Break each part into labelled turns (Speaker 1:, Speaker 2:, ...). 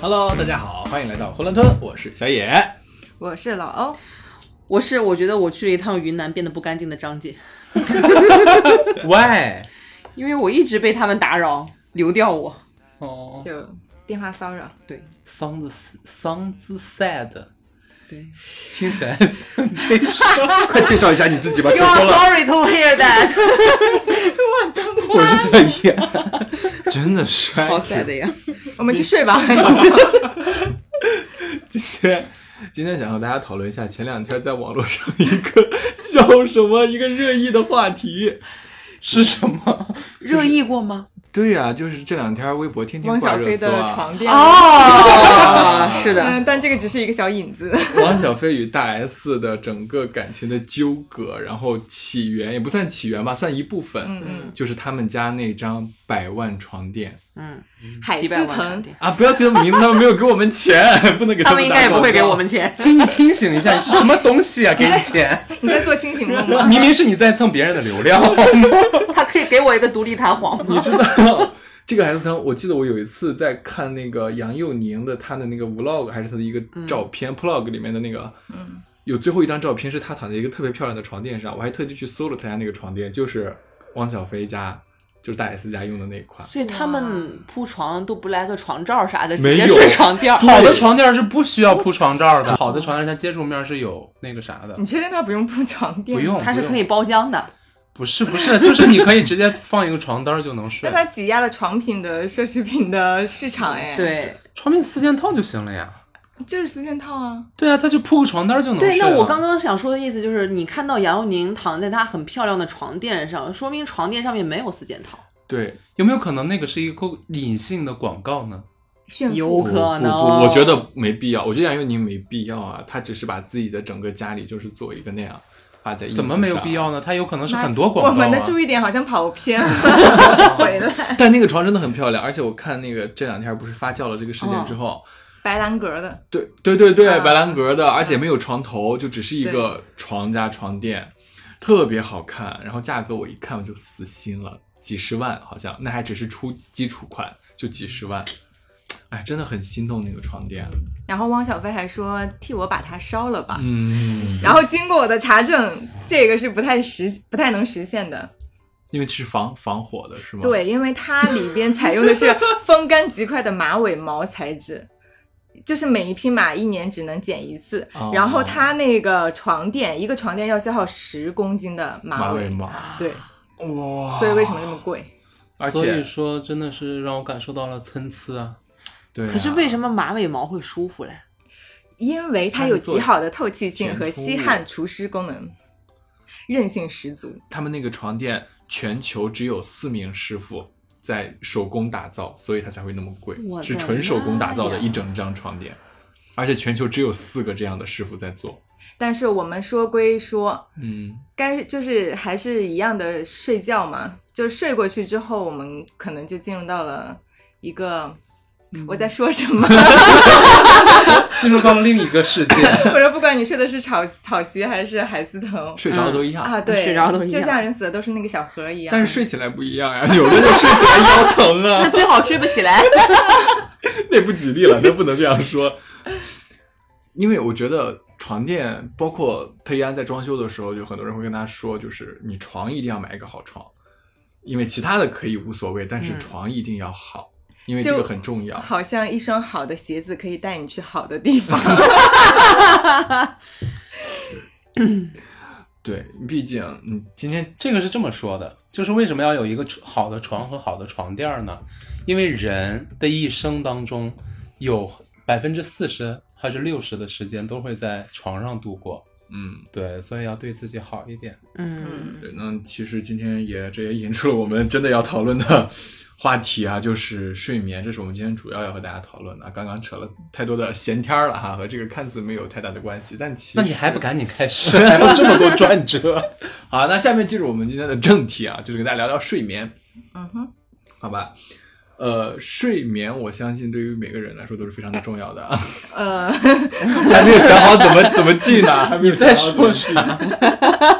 Speaker 1: Hello，大家好，欢迎来到囫囵吞，我是小野。
Speaker 2: 我是老欧，
Speaker 3: 我是我觉得我去了一趟云南变得不干净的张姐，
Speaker 1: 喂，
Speaker 3: 因为我一直被他们打扰，流掉我。
Speaker 1: 哦，
Speaker 2: 就电话骚扰，
Speaker 3: 对
Speaker 1: 嗓子嗓子 sad，
Speaker 3: 对
Speaker 1: 听 起来很悲伤。
Speaker 4: 快介绍一下你自己吧，
Speaker 3: ，You
Speaker 4: 求求
Speaker 3: are
Speaker 4: 了。
Speaker 3: sorry to hear that，
Speaker 4: 我是特意， 真的是。
Speaker 3: 好 sad 呀。
Speaker 2: 我们去睡吧。
Speaker 4: 今天今天想和大家讨论一下前两天在网络上一个叫什么一个热议的话题 是什么？
Speaker 3: 热议过吗？
Speaker 4: 对呀、就是这两天微博天天
Speaker 2: 汪
Speaker 4: 挂
Speaker 2: 小
Speaker 4: 热
Speaker 2: 菲
Speaker 4: 搜
Speaker 2: 的
Speaker 4: 啊
Speaker 2: 床。垫，
Speaker 3: 哦，是的，
Speaker 2: 嗯，但这个只是一个小引子。
Speaker 4: 汪小菲与大 S 的整个感情的纠葛，然后起源也不算起源吧，算一部分，
Speaker 2: 嗯嗯
Speaker 4: 就是他们家那张百万床垫
Speaker 3: 嗯，
Speaker 2: 海
Speaker 3: 几
Speaker 2: 思
Speaker 3: 百万卡
Speaker 2: 腾，
Speaker 3: 点，
Speaker 4: 啊！不要提他们名字，他们没有给我们钱， 不能给
Speaker 3: 他
Speaker 4: 们
Speaker 3: 们应
Speaker 4: 打
Speaker 3: 该也不会给
Speaker 4: 广告
Speaker 3: 我们钱。
Speaker 1: 请你清醒一下，你是什么东西啊？给你钱，
Speaker 2: 你在做清醒梦吗？
Speaker 1: 明明是你在蹭别人的流量。
Speaker 3: 他可以给我一个独立弹簧 吗？
Speaker 4: 这个海思腾，我记得我有一次在看那个杨佑宁的他的那个 vlog 还是他的一个照片、vlog 里面的那个，
Speaker 2: 嗯，
Speaker 4: 有最后一张照片是他躺在一个特别漂亮的床垫上，我还特地去搜了他家那个床垫，就是汪小菲家就是大 S 家用的那一款。
Speaker 3: 所以他们铺床都不来个床罩啥的，直
Speaker 4: 没
Speaker 3: 接
Speaker 4: 有
Speaker 3: 睡床垫儿。
Speaker 1: 好的床垫是不需要铺床罩的，好的床垫它接触面是有那个啥的，
Speaker 2: 你确定他不用铺床垫？
Speaker 1: 不。用，
Speaker 3: 它是
Speaker 1: 不用
Speaker 3: 可以包浆的，
Speaker 1: 不是不是，就是你可以直接放一个床单儿就能
Speaker 2: 那
Speaker 1: 睡，
Speaker 2: 他挤压了床品的奢侈品的市场，哎，，
Speaker 3: 对
Speaker 1: 床面四件套就行了呀。
Speaker 2: 就是四件套啊。
Speaker 1: 对啊，他就铺个床单儿就能睡啊
Speaker 3: 对。
Speaker 1: 了。
Speaker 3: 那我刚刚想说的意思就是，你看到杨佑宁躺在她很漂亮的床垫上，说明床垫上面没有四件套，
Speaker 4: 对，
Speaker 1: 有没有可能那个是一个隐性的广告呢？
Speaker 2: 炫
Speaker 3: 有
Speaker 2: 富，
Speaker 3: 可能。
Speaker 4: 不不，我觉得没必要，我觉得杨佑宁没必要啊，他只是把自己的整个家里就是做一个那样发在
Speaker 1: 怎么没有必要
Speaker 4: 呢？
Speaker 1: 呢？它有可能是很多广告、啊。
Speaker 2: 我们的注意点好像跑 偏了，回来。
Speaker 4: 但那个床真的很漂亮，而且我看那个这两天不是发酵了这个事
Speaker 3: 哦
Speaker 4: 件之后。
Speaker 2: 白兰格的，
Speaker 4: 对对对对，
Speaker 2: 啊
Speaker 4: 白兰格的，而且没有床头，就只是一个床加床垫，特别好看。然后价格我一看我就死心了，几十万好像，那还只是出基础款，就几十万。哎，真的很心动那个床垫。
Speaker 2: 然后汪小菲还说替我把它烧了吧。
Speaker 4: 嗯，
Speaker 2: 然后经过我的查证，这个是不太实、不太能实现的。
Speaker 4: 因为这是防防火的是吗？，
Speaker 2: 对，因为它里边采用 的是风干极快的马尾毛材质，就是每一匹马一年只能剪一次。
Speaker 4: 哦
Speaker 2: 然后它那个床垫，一个床垫要消耗十公斤的马
Speaker 4: 马
Speaker 2: 尾
Speaker 4: 尾毛，啊
Speaker 2: 对，
Speaker 4: 哇！
Speaker 2: 所以为什么这么贵？
Speaker 4: 而
Speaker 1: 所以
Speaker 4: 且
Speaker 1: 说，真的是让我感受到了参差啊！
Speaker 4: 对、啊，
Speaker 3: 可是为什么马尾毛会舒服嘞？
Speaker 2: 因为它有极好的透气性和吸汗除湿功能，韧性十足。
Speaker 4: 他们那个床垫全球只有四名师傅在手工打造，所以它才会那么贵
Speaker 3: 我，的
Speaker 4: 是纯手工打造的
Speaker 3: 妈呀
Speaker 4: 一整张床垫，而且全球只有四个这样的师傅在做。
Speaker 2: 但是我们说归说，
Speaker 4: 嗯，
Speaker 2: 该就是还是一样的睡觉嘛，就睡过去之后，我们可能就进入到了一个。我在说什么？
Speaker 1: 进入到了另一个世界，
Speaker 2: 我说不管你睡的是草草席还是海丝 藤
Speaker 4: 睡着了都一样，
Speaker 2: 啊，对，啊
Speaker 3: 睡着都一样
Speaker 2: 就像人死的都是那个小盒一样。
Speaker 4: 但是睡起来不一样呀、有的人睡起来腰疼
Speaker 3: 那
Speaker 4: 啊，
Speaker 3: 最好睡不起 来。
Speaker 4: 那不吉利了，那不能这样说。 因为我觉得床垫，包括特一安在装修的时候，就很多人会跟他说，就是你床一定要买一个好床，因为其他的可以无所谓，但是
Speaker 3: 嗯
Speaker 4: 床一定要好，因为
Speaker 2: 就
Speaker 4: 这个很重要。
Speaker 2: 好像一双好的鞋子可以带你去好的地方。
Speaker 4: 对，毕竟嗯，今天
Speaker 1: 这个是这么说的，就是为什么要有一个好的床和好的床垫儿呢？因为人的一生当中，有百分之四十还是六十的时间都会在床上度过，
Speaker 4: 嗯，
Speaker 1: 对，所以要对自己好一点。
Speaker 3: 嗯，
Speaker 2: 嗯，
Speaker 4: 对，那其实今天也这也引出了我们真的要讨论的话题啊，就是睡眠，这是我们今天主要要和大家讨论的啊。刚刚扯了太多的闲天儿了哈，和这个看似没有太大的关系，但其实
Speaker 1: 那你还不赶紧开始？ 还有这么多转折，
Speaker 4: 好，那下面进入我们今天的正题啊， 就是跟大家聊聊睡眠，
Speaker 2: 嗯哼，
Speaker 4: 好吧？呃，睡眠我相信对于每个人来说都是非常的重要的啊，
Speaker 2: 呃，
Speaker 4: 还没有想好怎么怎 么进呢、还没有
Speaker 1: 你在
Speaker 4: 想好怎么
Speaker 1: 说
Speaker 4: 进
Speaker 1: 啥？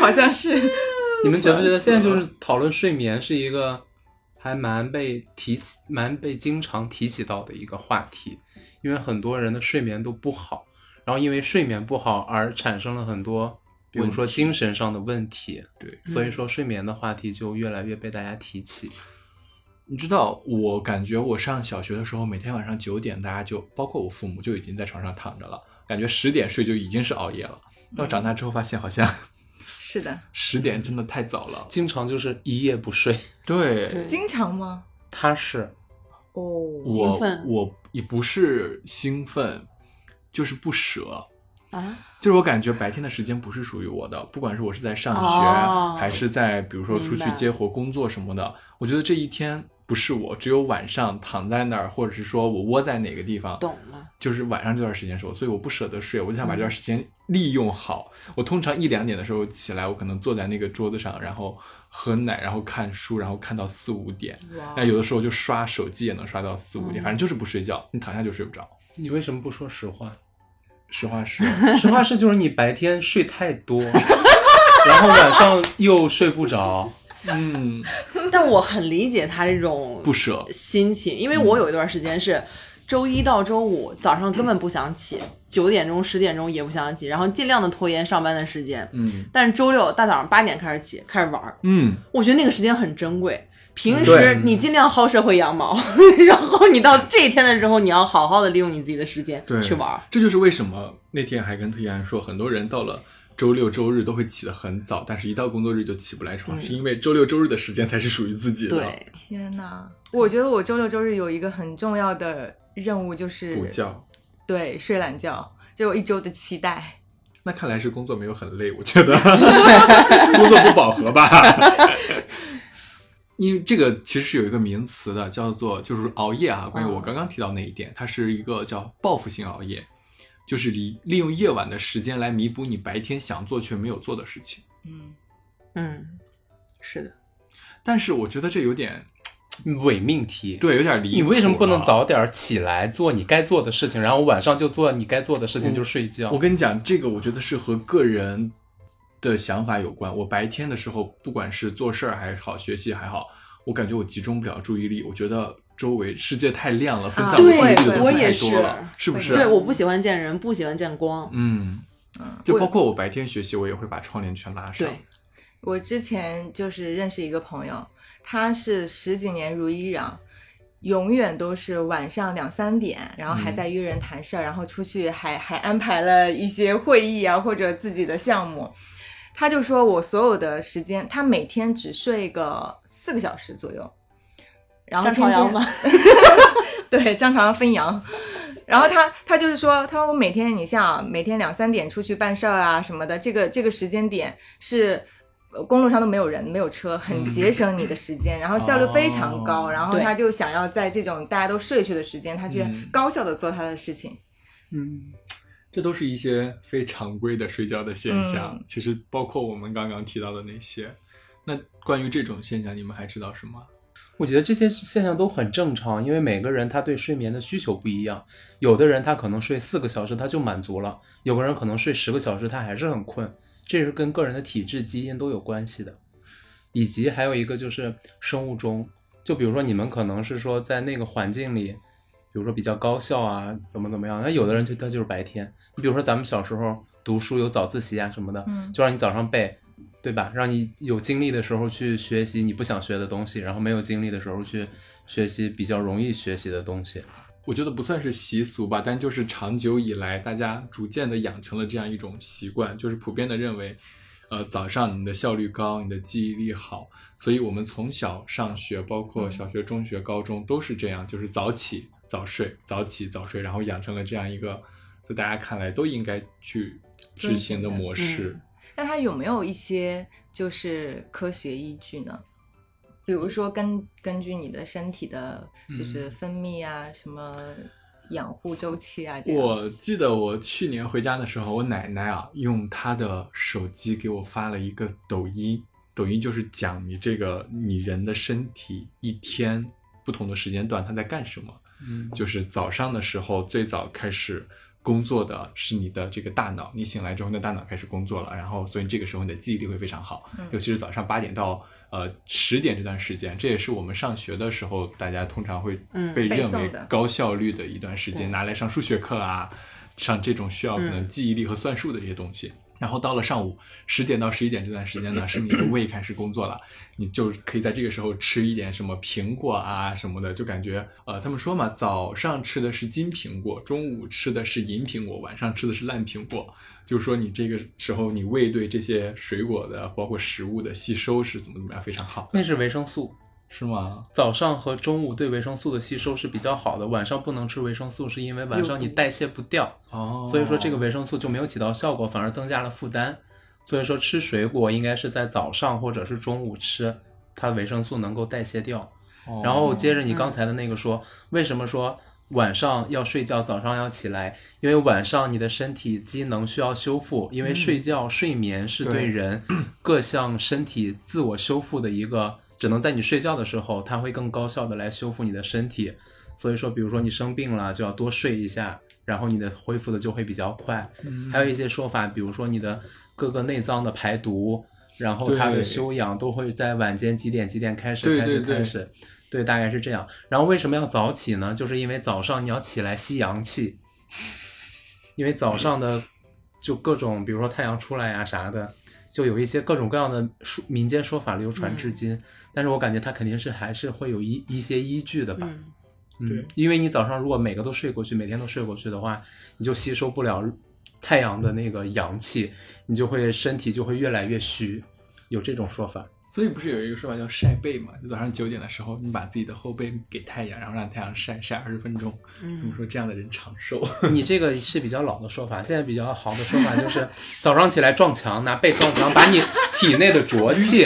Speaker 2: 好像是
Speaker 1: 你们觉不觉得现在就是讨论睡眠是一个还蛮被提起，蛮被经常提起到的一个话题，因为很多人的睡眠都不好，然后因为睡眠不好而产生了很多，比如说
Speaker 4: 问题嗯
Speaker 1: 精神上的问题，
Speaker 4: 对，
Speaker 1: 所以说睡眠的话题就越来越被大家提起。
Speaker 4: 你知道，我感觉我上小学的时候，每天晚上九点，大家就包括我父母就已经在床上躺着了，感觉十点睡就已经是熬夜了。到长大之后发现，好像
Speaker 2: 是的，
Speaker 4: 十点真的太早了。
Speaker 1: 经常就是一夜不睡，
Speaker 4: 对
Speaker 3: 对，
Speaker 2: 经常吗？
Speaker 1: 他是
Speaker 2: 哦，
Speaker 4: 我
Speaker 3: 兴奋
Speaker 4: 我也不是兴奋，就是不舍。
Speaker 3: 啊，
Speaker 4: 就是我感觉白天的时间不是属于我的，不管是我是在上学，
Speaker 3: 哦
Speaker 4: 还是在比如说出
Speaker 3: 明
Speaker 4: 去
Speaker 3: 白
Speaker 4: 接活工作什么的，我觉得这一天不是我，只有晚上躺在那儿，或者是说我窝在哪个地方，
Speaker 3: 懂了，
Speaker 4: 就是晚上这段时间是我，所以我不舍得睡，我就想把这段时间利用好。我通常一两点的时候起来，我可能坐在那个桌子上，然后喝奶，然后看书，然后看到四五点。
Speaker 2: 哇
Speaker 4: 那有的时候就刷手机也能刷到四五点，
Speaker 3: 嗯
Speaker 4: 反正就是不睡觉，你躺下就睡不着。
Speaker 1: 你为什么不说实话？
Speaker 4: 实话实
Speaker 1: 实话是就是你白天睡太多， 然后晚上又睡不着，
Speaker 4: 嗯，
Speaker 3: 但我很理解他这种
Speaker 4: 不嗯舍，
Speaker 3: 心情，因为我有一段时间是周一到周五早上根本不想起，九点钟、十点钟也不想起，然后尽量的拖延上班的时间。
Speaker 4: 嗯
Speaker 3: 但是周六大早上八点开始起，开始玩儿，
Speaker 4: 嗯，
Speaker 3: 我觉得那个时间很珍贵。平
Speaker 4: 对
Speaker 3: 时你尽量薅社会羊毛， 然后你到这一天的时候，你要好好的利用你自己的时间
Speaker 4: 对，
Speaker 3: 去玩儿。
Speaker 4: 这就是为什么那天还跟推然说，很多人到了。周六周日都会起得很早，但是一到工作日就起不来床，
Speaker 3: 嗯
Speaker 4: 是因为周六周日的时间才是属于自己的。
Speaker 3: 对，
Speaker 2: 天哪！我觉得我周六周日有一个很重要的任务，就是
Speaker 4: 补觉。
Speaker 2: 对，睡懒觉，这是我一周的期待。
Speaker 4: 那看来是工作没有很累，我觉得工作不饱和吧。因为这个其实是有一个名词的，叫做就是熬夜啊。关于我刚刚提到那一点，它是一个叫报复性熬夜，就是利利用夜晚的时间来弥补你白天想做却没有做的事情。
Speaker 2: 嗯，
Speaker 3: 嗯，是的，
Speaker 4: 但是我觉得这有点
Speaker 1: 伪命题。
Speaker 4: 对，有点离谱
Speaker 1: 你为什么不能
Speaker 4: 了
Speaker 1: 早点起来做你该做的事情，然后晚上就做你该做的事情，就是睡觉？
Speaker 4: 我跟你讲，这个我觉得是和个人的想法有关。我白天的时候，不管是做事儿还好，学习还好，我感觉我集中不了注意力，我觉得周围世界太亮了，分散
Speaker 2: 啊
Speaker 4: 我
Speaker 2: 对
Speaker 4: 注意力的
Speaker 2: 会
Speaker 4: 东
Speaker 2: 我
Speaker 4: 西
Speaker 2: 也
Speaker 4: 太
Speaker 3: 是
Speaker 4: 多了，是不
Speaker 2: 会
Speaker 4: 是？
Speaker 2: 的
Speaker 3: 对，我不喜欢见人，不喜欢见光。
Speaker 4: 嗯，
Speaker 2: 嗯
Speaker 4: 就
Speaker 2: 我
Speaker 4: 包括我白天学习，我也会把窗帘全拉上
Speaker 3: 对。
Speaker 2: 我之前就是认识一个朋友，他是十几年如一壤，永远都是晚上两三点，然后还在约人谈事儿，然后出去还还安排了一些会议啊或者自己的项目。他就说我所有的时间，他每天只睡个四个小时左右，然后
Speaker 3: 张朝
Speaker 2: 天
Speaker 3: 阳
Speaker 2: 天
Speaker 3: 吗？
Speaker 2: 对，张朝阳分阳。然后他他就是说，他说我每天你像啊每天两三点出去办事儿啊什么的，这个这个时间点是。呃公路上都没有人，没有车，很节省你的时间，
Speaker 1: 嗯
Speaker 2: 然后效率非常高。
Speaker 4: 哦
Speaker 2: 然后他就想要在这种大家都睡去的时间，他去
Speaker 4: 嗯
Speaker 2: 高效的做他的事情。
Speaker 4: 嗯，这都是一些非常规的睡觉的现象，
Speaker 2: 嗯
Speaker 4: 其实包括我们刚刚提到的那些。那关于这种现象，你们还知道什么？
Speaker 1: 我觉得这些现象都很正常，因为每个人他对睡眠的需求不一样。有的人他可能睡四个小时他就满足了，有个人可能睡十个小时他还是很困，这是跟个人的体质、基因都有关系的。以及还有一个就是生物钟，就比如说你们可能是说在那个环境里，比如说比较高效啊，怎么怎么样。那有的人就他就是白天，你比如说咱们小时候读书有早自习啊什么的，
Speaker 2: 嗯
Speaker 1: 就让你早上背，对吧？让你有精力的时候去学习你不想学的东西，然后没有精力的时候去学习比较容易学习的东西。
Speaker 4: 我觉得不算是习俗吧，但就是长久以来，大家逐渐的养成了这样一种习惯，就是普遍的认为，呃，早上你的效率高，你的记忆力好，所以我们从小上学，包括小学、中学、高中都是这样，就是早起、早睡、早起、早睡，然后养成了这样一个在大家看来都应该去执行的模式。
Speaker 2: 那他有没有一些就是科学依据呢？比如说根根据你的身体的，就是
Speaker 1: 嗯
Speaker 2: 分泌啊，什么养护周期啊，这样。
Speaker 4: 我记得我去年回家的时候，我奶奶啊用她的手机给我发了一个抖音，抖音就是讲你这个你人的身体一天不同的时间段它在干什么，
Speaker 1: 嗯
Speaker 4: 就是早上的时候最早开始工作的是你的这个大脑，你醒来之后，你的大脑开始工作了，然后所以这个时候你的记忆力会非常好，
Speaker 2: 嗯
Speaker 4: 尤其是早上八点到呃十点这段时间，这也是我们上学的时候大家通常会
Speaker 3: 嗯
Speaker 4: 被
Speaker 2: 背
Speaker 4: 认
Speaker 2: 诵
Speaker 4: 为
Speaker 2: 的
Speaker 4: 高效率的一段时间，
Speaker 3: 对
Speaker 4: 拿来上数学课啊，上这种需要可能记忆力和算术的这些东西。然后到了上午十点到十一点这段时间呢，是你的胃开始工作了，你就可以在这个时候吃一点什么苹果啊什么的，就感觉呃，他们说嘛，早上吃的是金苹果，中午吃的是银苹果，晚上吃的是烂苹果，就是说你这个时候你胃对这些水果的包括食物的吸收是怎么怎么样非常好，
Speaker 1: 那是维生素。
Speaker 4: 是吗？
Speaker 1: 早上和中午对维生素的吸收是比较好的，晚上不能吃维生素，是因为晚上你代谢不掉，
Speaker 4: 哦，
Speaker 1: 所以说这个维生素就没有起到效果，反而增加了负担。所以说吃水果应该是在早上或者是中午吃，它的维生素能够代谢掉。
Speaker 4: 哦，
Speaker 1: 然后接着你刚才的那个说，为什么说晚上要睡觉，早上要起来？因为晚上你的身体机能需要修复，因为睡觉、睡眠是
Speaker 4: 对
Speaker 1: 对人各项身体自我修复的一个，只能在你睡觉的时候，它会更高效的来修复你的身体。所以说，比如说你生病了，就要多睡一下，然后你的恢复的就会比较快。
Speaker 4: 嗯
Speaker 1: 还有一些说法，比如说你的各个内脏的排毒，然后它
Speaker 4: 对
Speaker 1: 的修养都会在晚间几点几点开始
Speaker 4: 对
Speaker 1: 开始
Speaker 4: 对对
Speaker 1: 开始，对，大概是这样。然后为什么要早起呢？就是因为早上你要起来吸阳气，因为早上的就各种，比如说太阳出来呀、啥的，就有一些各种各样的说民间说法流传至
Speaker 4: 嗯
Speaker 1: 今。但是我感觉它肯定是还是会有一一些依据的吧。
Speaker 3: 嗯，
Speaker 1: 嗯
Speaker 4: 对
Speaker 1: 因为你早上如果每个都睡过去，每天都睡过去的话，你就吸收不了太阳的那个阳气，你就会身体就会越来越虚，有这种说法。
Speaker 4: 所以不是有一个说法叫晒背嘛？就早上九点的时候，你把自己的后背给太阳，然后让太阳晒晒二十分钟。
Speaker 3: 嗯
Speaker 4: 他们说这样的人长寿。
Speaker 1: 你这个是比较老的说法，现在比较好的说法就是早上起来撞墙，拿背撞墙，把你体内的浊气，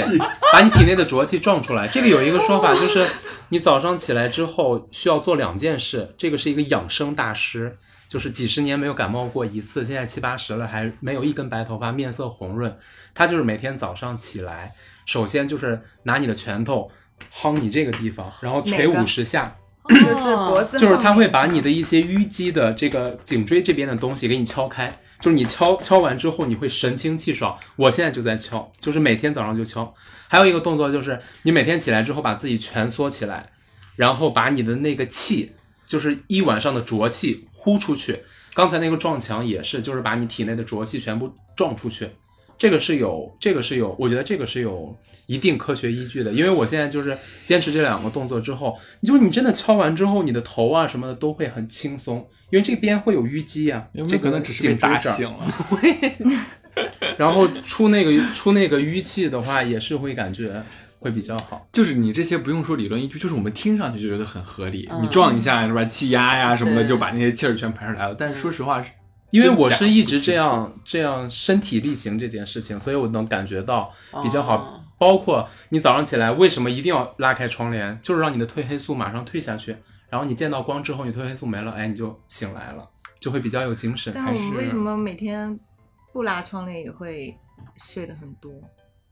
Speaker 1: 把你体内的浊气撞出来。这个有一个说法就是，你早上起来之后需要做两件事，这个是一个养生大师，就是几十年没有感冒过一次，现在七八十了还没有一根白头发，面色红润。他就是每天早上起来，首先就是拿你的拳头夯你这个地方，然后捶
Speaker 2: 哪个
Speaker 1: 五十下。
Speaker 2: 就是脖子，
Speaker 1: 就是它会把你的一些淤积的这个颈椎这边的东西给你敲开，就是你敲敲完之后，你会神清气爽。我现在就在敲，就是每天早上就敲。还有一个动作就是，你每天起来之后把自己蜷缩起来，然后把你的那个气，就是一晚上的浊气呼出去。刚才那个撞墙也是，就是把你体内的浊气全部撞出去。这个是有，这个是有，我觉得这个是有一定科学依据的，因为我现在就是坚持这两个动作之后，你就你真的敲完之后，你的头啊什么的都会很轻松，因为这边会有淤积啊，
Speaker 4: 有没
Speaker 1: 这
Speaker 4: 有
Speaker 1: 个
Speaker 4: 可能只是被
Speaker 1: 颈椎
Speaker 4: 打
Speaker 1: 这儿
Speaker 4: 醒了？
Speaker 1: 然后出那个出那个淤气的话，也是会感觉会比较好。
Speaker 4: 就是你这些不用说理论依据，就是我们听上去就觉得很合理。
Speaker 3: 嗯
Speaker 4: 你撞一下是吧？气压呀什么的，
Speaker 3: 对
Speaker 4: 就把那些气儿全排出来了。但是说实话，是
Speaker 1: 因为
Speaker 4: 真
Speaker 1: 我
Speaker 4: 假
Speaker 1: 是一
Speaker 4: 不
Speaker 1: 直
Speaker 4: 清
Speaker 1: 这样这样身体力行这件事情，所以我能感觉到比较好。
Speaker 3: 哦
Speaker 1: 包括你早上起来为什么一定要拉开窗帘，就是让你的褪黑素马上退下去，然后你见到光之后，你褪黑素没了，哎，你就醒来了，就会比较有精神。
Speaker 2: 但
Speaker 4: 还
Speaker 2: 我们为
Speaker 4: 是
Speaker 2: 什么每天不拉窗帘也会睡得很多？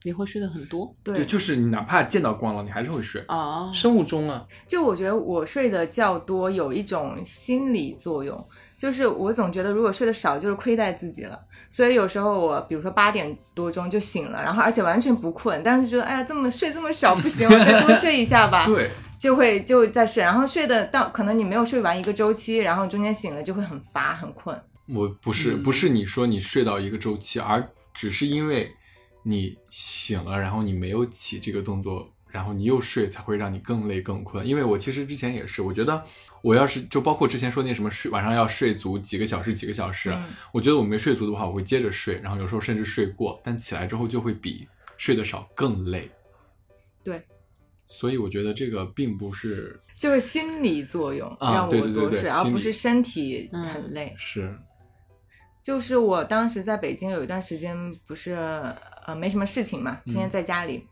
Speaker 3: 你会睡得很多
Speaker 4: 对，
Speaker 2: 对，
Speaker 4: 就是你哪怕见到光了，你还是会睡。
Speaker 3: 啊，
Speaker 1: 生物钟啊，
Speaker 2: 就我觉得我睡得较多有一种心理作用，就是我总觉得如果睡得少就是亏待自己了，所以有时候我比如说八点多钟就醒了，然后而且完全不困，但是觉得哎呀这么睡这么少不行，我再多睡一下
Speaker 3: 啊
Speaker 2: 吧，
Speaker 4: 对，
Speaker 2: 就会就再睡，然后睡的到可能你没有睡完一个周期，然后中间醒了就会很乏很困，
Speaker 4: 我不是
Speaker 1: 嗯
Speaker 4: 不是你说你睡到一个周期，而只是因为你醒了，然后你没有起这个动作，然后你又睡，才会让你更累更困。因为我其实之前也是，我觉得我要是就包括之前说那什么睡晚上要睡足几个小时几个小时，
Speaker 2: 嗯
Speaker 4: 我觉得我没睡足的话，我会接着睡，然后有时候甚至睡过，但起来之后就会比睡得少更累。
Speaker 2: 对，
Speaker 4: 所以我觉得这个并不是
Speaker 2: 就是心理作用
Speaker 4: 啊
Speaker 2: 让我
Speaker 4: 对
Speaker 2: 多
Speaker 4: 对对
Speaker 2: 睡，
Speaker 4: 对
Speaker 2: 而
Speaker 4: 心
Speaker 2: 不
Speaker 4: 理
Speaker 2: 是身体
Speaker 3: 嗯
Speaker 2: 很累。
Speaker 4: 是
Speaker 2: 就是我当时在北京有一段时间，不是呃没什么事情嘛，天
Speaker 1: 嗯
Speaker 2: 天在家里，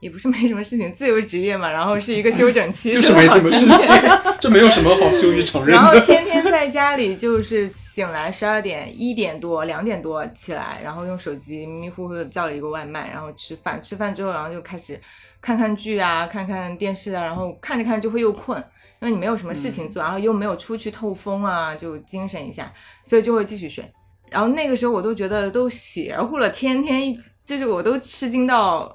Speaker 2: 也不是没什么事情，自由职业嘛，然后是一个休整期，
Speaker 1: 就是
Speaker 2: 是吧
Speaker 1: 没什么事情，这没有什么好羞于承认
Speaker 2: 然后
Speaker 1: 的。
Speaker 2: 天天在家里，就是醒来十二点、一点多、两点多起来，然后用手机迷迷糊糊的叫了一个外卖，然后吃饭。吃饭之后，然后就开始看看剧啊，看看电视啊，然后看着看着就会又困，因为你没有什么事情做，然后又没有出去透风啊，就精神一下，所以就会继续睡。然后那个时候我都觉得都邪乎了，天天一就是我都吃惊到，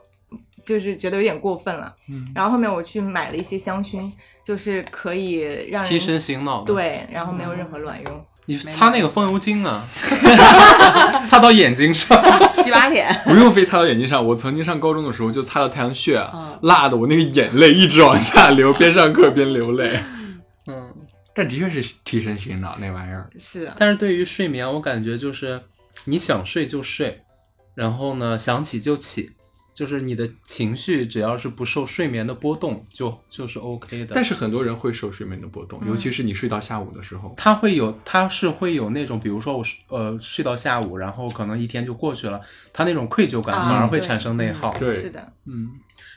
Speaker 2: 就是觉得有点过分了。
Speaker 4: 嗯
Speaker 2: 然后后面我去买了一些香薰，就是可以让
Speaker 1: 提神
Speaker 2: 人
Speaker 1: 醒
Speaker 4: 哦
Speaker 1: 脑。，
Speaker 2: 对，然后没
Speaker 4: 嗯
Speaker 2: 有任何卵用。
Speaker 1: 你擦那个风油精啊， 擦到眼睛上。
Speaker 3: 洗把脸，
Speaker 4: 不用非擦到眼睛上。我曾经上高中的时候就擦到太阳穴啊
Speaker 3: 嗯，
Speaker 4: 辣的我那个眼泪一直往下流，边上课边流 泪。
Speaker 1: 嗯，
Speaker 4: 但的确是提神醒脑那玩意儿。
Speaker 2: 是啊，
Speaker 1: 但是对于睡眠，我感觉就是你想睡就睡，然后呢想起就起，就是你的情绪只要是不受睡眠的波动，就就是 OK 的。
Speaker 4: 但
Speaker 1: 是
Speaker 4: 是很多人会受睡眠的波动，
Speaker 2: 嗯
Speaker 4: 尤其是你睡到下午的时候。
Speaker 1: 它会有，它是会有那种，比如说我睡呃睡到下午，然后可能一天就过去了，它那种愧疚感
Speaker 2: 啊
Speaker 1: 反而会
Speaker 2: 对
Speaker 1: 产生内耗。
Speaker 4: 对
Speaker 2: 是的，
Speaker 1: 嗯，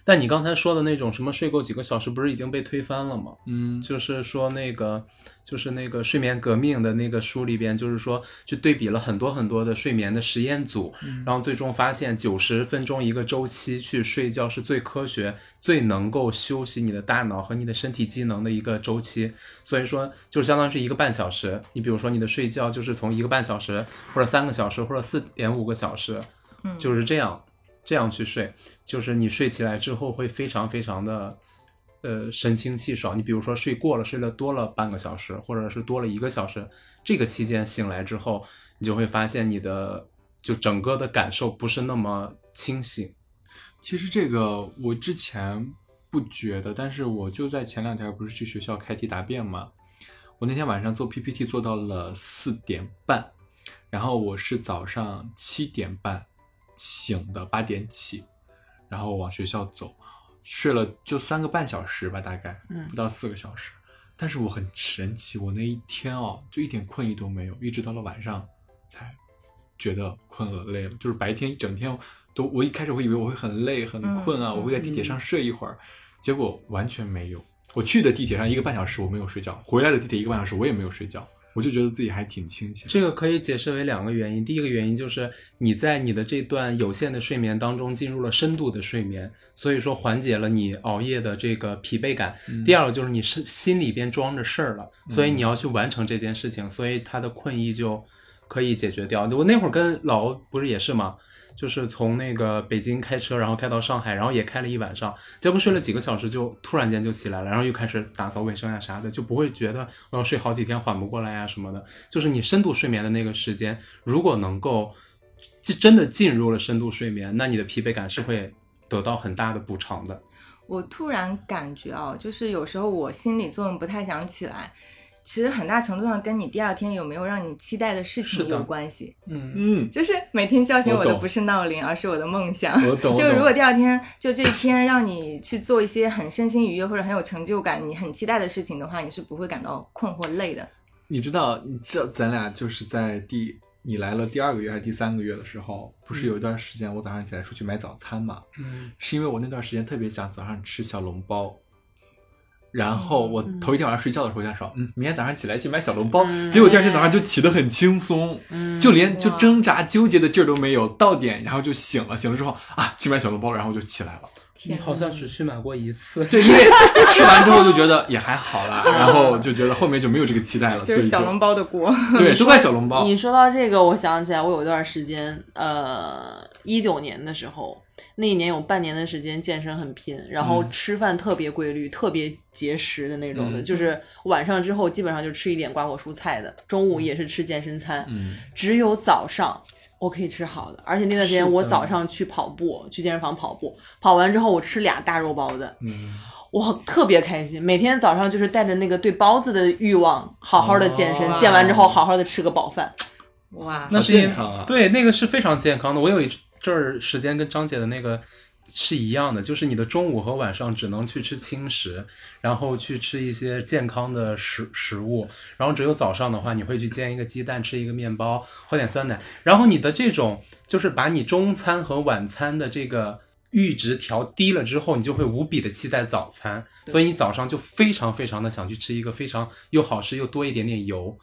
Speaker 1: 但你刚才说的那种什么睡够几个小时，不是已经被推翻了吗？
Speaker 4: 嗯，
Speaker 1: 就是说那个，就是那个睡眠革命的那个书里边，就是说去对比了很多很多的睡眠的实验组，
Speaker 4: 嗯
Speaker 1: 然后最终发现九十分钟一个周期去睡觉是最科学、最能够休息你的大脑和你的身体机能的一个周期。所以说，就相当于是一个半小时。你比如说，你的睡觉就是从一个半小时，或者三个小时，或者四点五个小时，
Speaker 2: 嗯，
Speaker 1: 就是这样，这样去睡，就是你睡起来之后会非常非常的，呃，神清气爽。你比如说睡过了，睡了多了半个小时，或者是多了一个小时，这个期间醒来之后，你就会发现你的就整个的感受不是那么清醒。
Speaker 4: 其实这个我之前不觉得，但是我就在前两天不是去学校开题答辩嘛，我那天晚上做 PPT 做到了四点半，然后我是早上七点半醒的，八点起，然后往学校走，睡了就三个半小时吧，大概
Speaker 3: 嗯
Speaker 4: 不到四个小时。但是我很神奇，我那一天哦，就一点困意都没有，一直到了晚上才觉得困了、累了。就是白天一整天都，我一开始会以为我会很累、很困啊，
Speaker 2: 嗯
Speaker 4: 我会在地铁上睡一会儿，结果完全没有。我去的地铁上一个半小时我没有睡觉，回来的地铁一个半小时我也没有睡觉，我就觉得自己还挺清醒。
Speaker 1: 这个可以解释为两个原因，第一个原因就是你在你的这段有限的睡眠当中进入了深度的睡眠，所以说缓解了你熬夜的这个疲惫感。第二个就是你是心里边装着事儿了，所以你要去完成这件事情，所以他的困意就可以解决掉。我那会儿跟老欧不是也是吗？就是从那个北京开车，然后开到上海，然后也开了一晚上，结果睡了几个小时就，突然间就起来了，然后又开始打扫卫生呀、啥的，就不会觉得我要睡好几天缓不过来呀、什么的。就是你深度睡眠的那个时间，如果能够真真的进入了深度睡眠，那你的疲惫感是会得到很大的补偿的。
Speaker 2: 我突然感觉啊，就是有时候我心理作用不太想起来，其实很大程度上跟你第二天有没有让你期待的事
Speaker 1: 是
Speaker 2: 情
Speaker 1: 的
Speaker 2: 有关系。
Speaker 1: 嗯，
Speaker 4: 嗯，
Speaker 2: 就是每天叫醒
Speaker 4: 我
Speaker 2: 我的
Speaker 4: 懂
Speaker 2: 不是闹铃，而是我的梦想。
Speaker 4: 嗯我懂。我
Speaker 2: 就
Speaker 4: 懂
Speaker 2: 如果第二天就这一天让你去做一些很身心愉悦或者很有成就感、你很期待的事情的话，你是不会感到困或累的。
Speaker 4: 你知道，你知道咱俩就是在第你来了第二个月还是第三个月的时候，不
Speaker 2: 嗯
Speaker 4: 是有一段时间我早上起来出去买早餐嘛？
Speaker 1: 嗯
Speaker 4: 是因为我那段时间特别想早上吃小笼包，然后我
Speaker 3: 嗯
Speaker 4: 头一天晚上睡觉的时候我想说，嗯，明天早上起来去买小笼包，
Speaker 3: 嗯
Speaker 4: 结果第二天早上就起得很轻松，
Speaker 3: 嗯
Speaker 4: 就连就
Speaker 2: 哇
Speaker 4: 挣扎纠结的劲儿都没有，到点然后就醒了，醒了之后啊，去买小笼包，然后我就起来了。
Speaker 1: 你好像只去买过一次，
Speaker 4: 对，因 为吃完之后就觉得也还好啦，然后就觉得后面 就没有这个期待了，
Speaker 2: 就
Speaker 4: 所以
Speaker 2: 是小笼包的锅，
Speaker 4: 对，都怪小笼
Speaker 1: 哦
Speaker 4: 包。
Speaker 3: 你说到这个，我想起来，我有一段时间，呃，一九年的时候，那一年有半年的时间健身很拼，然
Speaker 1: 嗯
Speaker 3: 后吃饭特别规律、特别节食的那种的，
Speaker 4: 嗯
Speaker 3: 就是晚上之后基本上就吃一点瓜果蔬菜的，中午也是吃健身餐，
Speaker 4: 嗯，
Speaker 3: 只有早上。我可以吃好的，而且那段时
Speaker 1: 是
Speaker 3: 间
Speaker 1: 的
Speaker 3: 我早上去跑步，去健身房跑步，跑完之后我吃俩大肉包子，
Speaker 4: 嗯，
Speaker 3: 我特别开心，每天早上就是带着那个对包子的欲望，好好
Speaker 2: 哦
Speaker 3: 的健身，健完之后好好的吃个饱饭。
Speaker 2: 哇，
Speaker 1: 那
Speaker 4: 好
Speaker 1: 是因
Speaker 4: 健康啊
Speaker 1: 对，那个是非常健康的。我有一阵儿时间跟张姐的那个是一样的，就是你的中午和晚上只能去吃轻食，然后去吃一些健康的食食物，然后只有早上的话，你会去煎一个鸡蛋，吃一个面包，喝点酸奶，然后你的这种就是把你中餐和晚餐的这个。阈值调低了之后，你就会无比的期待早餐，所以你早上就非常非常的想去吃一个非常又好吃又多一点点油，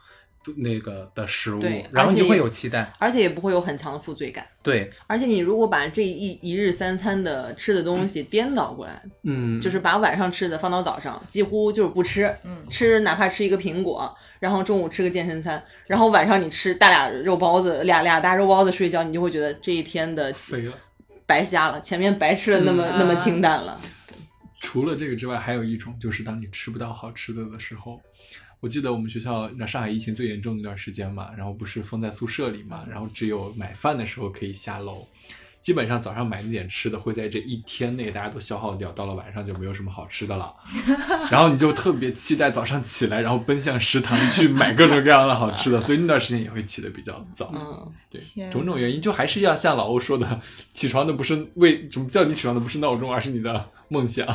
Speaker 1: 那个的食物
Speaker 3: 对，
Speaker 1: 然后
Speaker 3: 而
Speaker 1: 你
Speaker 3: 且
Speaker 1: 就会
Speaker 3: 也
Speaker 1: 有期待。
Speaker 3: 而且也不会有很强的负罪感。
Speaker 1: 对，
Speaker 3: 而且你如果把这一一日三餐的吃的东西颠倒过来，
Speaker 1: 嗯，
Speaker 3: 就是把晚上吃的放到早上，几乎就是不吃，
Speaker 2: 嗯
Speaker 3: 吃哪怕吃一个苹果，然后中午吃个健身餐，然后晚上你吃大俩肉包子，俩俩大肉包子睡觉，你就会觉得这一天的
Speaker 1: 肥了。
Speaker 3: 白瞎了，前面白吃了那么、
Speaker 2: 嗯
Speaker 3: 那么清淡了。
Speaker 4: 除了这个之外，还有一种就是当你吃不到好吃的的时候，我记得我们学校那上海疫情最严重的那段时间嘛，然后不是封在宿舍里嘛，然后只有买饭的时候可以下楼。基本上早上买那点吃的会在这一天内大家都消耗掉，到了晚上就没有什么好吃的了。然后你就特别期待早上起来，然后奔向食堂去买各种各样的好吃的，所以那段时间也会起得比较
Speaker 2: 啊
Speaker 4: 早。
Speaker 3: 嗯，
Speaker 4: 对，
Speaker 2: 天
Speaker 4: 种种原因，就还是要像老欧说的，起床的不是为什么叫你起床的不是闹钟，而是你的梦想。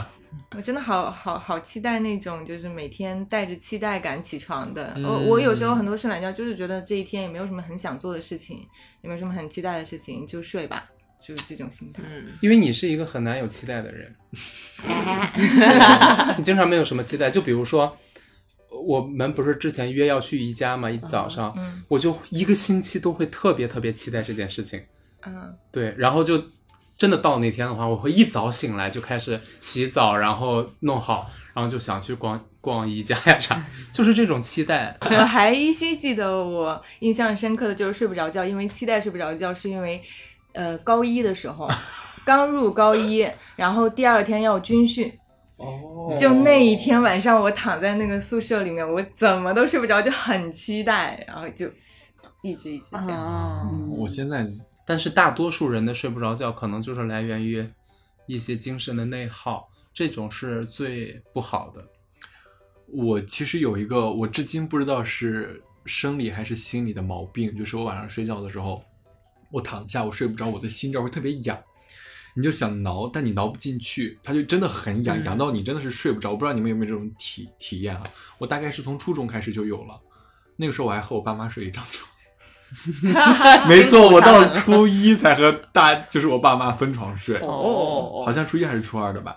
Speaker 2: 我真的好好好期待那种就是每天带着期待感起床的。
Speaker 4: 嗯
Speaker 2: 我我有时候很多睡懒觉，就是觉得这一天也没有什么很想做的事情，也没有什么很期待的事情，就睡吧，就是这种心态。
Speaker 3: 嗯，
Speaker 1: 因为你是一个很难有期待的人，你经常没有什么期待。就比如说，我们不是之前约要去宜家嘛，一早上、
Speaker 2: 嗯
Speaker 1: 我就一个星期都会特别特别期待这件事情。
Speaker 2: 嗯，
Speaker 1: 对，然后就真的到那天的话，我会一早醒来就开始洗澡，然后弄好，然后就想去逛逛宜家呀啥，就是这种期待。
Speaker 2: 我还依稀记得我印象深刻的就是睡不着觉，因为期待睡不着觉，是因为呃高一的时候刚入高一，然后第二天要军训，
Speaker 1: 哦
Speaker 2: 就那一天晚上，我躺在那个宿舍里面，我怎么都睡不着，就很期待，然后就一直一直这样。
Speaker 3: 啊，
Speaker 4: 我现在
Speaker 1: 但是大多数人的睡不着觉，可能就是来源于一些精神的内耗，这种是最不好的。
Speaker 4: 我其实有一个，我至今不知道是生理还是心理的毛病，就是我晚上睡觉的时候，我躺下我睡不着，我的心这儿会特别痒，你就想挠，但你挠不进去，它就真的很痒，
Speaker 3: 嗯
Speaker 4: 痒到你真的是睡不着。我不知道你们有没有这种体体验啊？我大概是从初中开始就有了，那个时候我还和我爸妈睡一张床。 没错，我 到初一才和大，就是我爸妈分床睡。
Speaker 3: 哦，
Speaker 4: 好像初一还是初二的吧。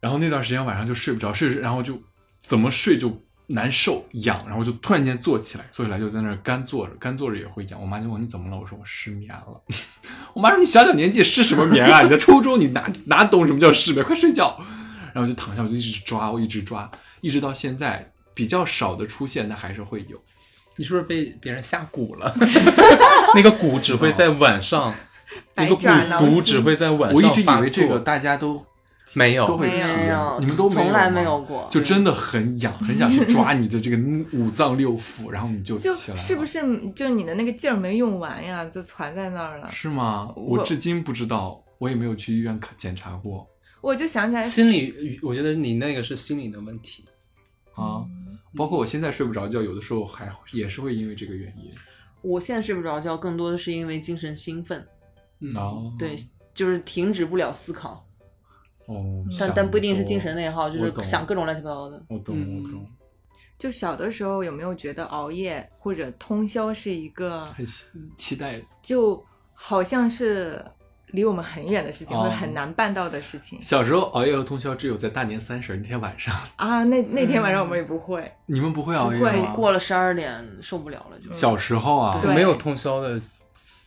Speaker 4: 然后那段时间晚上就睡不着，睡着然后就怎么睡就难受痒，然后就突然间坐起来，坐起来就在那儿干坐着，干坐着也会痒。我妈就问我你怎么了，我说我失眠了。 我妈说你小小年纪失什么眠啊？你在初中你哪哪懂什么叫失眠？快睡觉。然后就躺下，我就一直抓，我一直抓，一直到现在比较少的出现，但还是会有。
Speaker 1: 你是不是被别人下蛊了？那个蛊只会在晚上，
Speaker 2: 百
Speaker 1: 那个
Speaker 2: 爪挠
Speaker 1: 蛊毒
Speaker 2: 心
Speaker 1: 只会在晚上
Speaker 4: 我一直以
Speaker 1: 发
Speaker 4: 为这
Speaker 1: 作
Speaker 4: 个大家都
Speaker 1: 没有
Speaker 4: 都会
Speaker 3: 没
Speaker 4: 体验
Speaker 3: 有，
Speaker 4: 你们都
Speaker 3: 从来没
Speaker 4: 没
Speaker 3: 有
Speaker 4: 吗
Speaker 3: 过，
Speaker 4: 就真的很痒，很想去抓你的这个 五脏六腑，然后你就
Speaker 2: 就
Speaker 4: 起来了，
Speaker 2: 是不是就你的那个劲儿没用完呀，就攒在那儿了。
Speaker 4: 是吗？
Speaker 2: 我
Speaker 4: 我至今不知道，我也没有去医院看检查过
Speaker 2: 我就想起来，
Speaker 1: 心理，我觉得你那个是心理的问题。
Speaker 2: 嗯
Speaker 4: 啊。包括我现在睡不着觉，有的时候还也是会因为这个原因
Speaker 3: 我现在睡不着觉，更多的是因为精神兴奋，
Speaker 1: 嗯，
Speaker 4: 哦。
Speaker 3: 对，，就是停止不了思考，
Speaker 4: 哦，
Speaker 3: 但
Speaker 4: 想
Speaker 3: 但不一定是
Speaker 4: 多
Speaker 3: 精神内耗，就
Speaker 4: 我
Speaker 3: 是
Speaker 4: 懂
Speaker 3: 想各种乱七八糟的。
Speaker 4: 我懂，
Speaker 1: 嗯
Speaker 4: 我懂，
Speaker 2: 就小的时候有没有觉得熬夜或者通宵是一个
Speaker 4: 很期待。
Speaker 2: 就好像是离我们很远的事情，
Speaker 4: 哦
Speaker 2: 或者很难办到的事情
Speaker 4: 小时候熬夜和通宵只有在大年三十那天晚上，
Speaker 2: 啊？那那天晚上我们也
Speaker 4: 嗯
Speaker 2: 不会，
Speaker 4: 你们不会熬夜
Speaker 2: 不会
Speaker 4: 吗？
Speaker 3: 过了十二点受不了了，就
Speaker 4: 啊小时候啊，
Speaker 2: 对
Speaker 1: 没有通宵的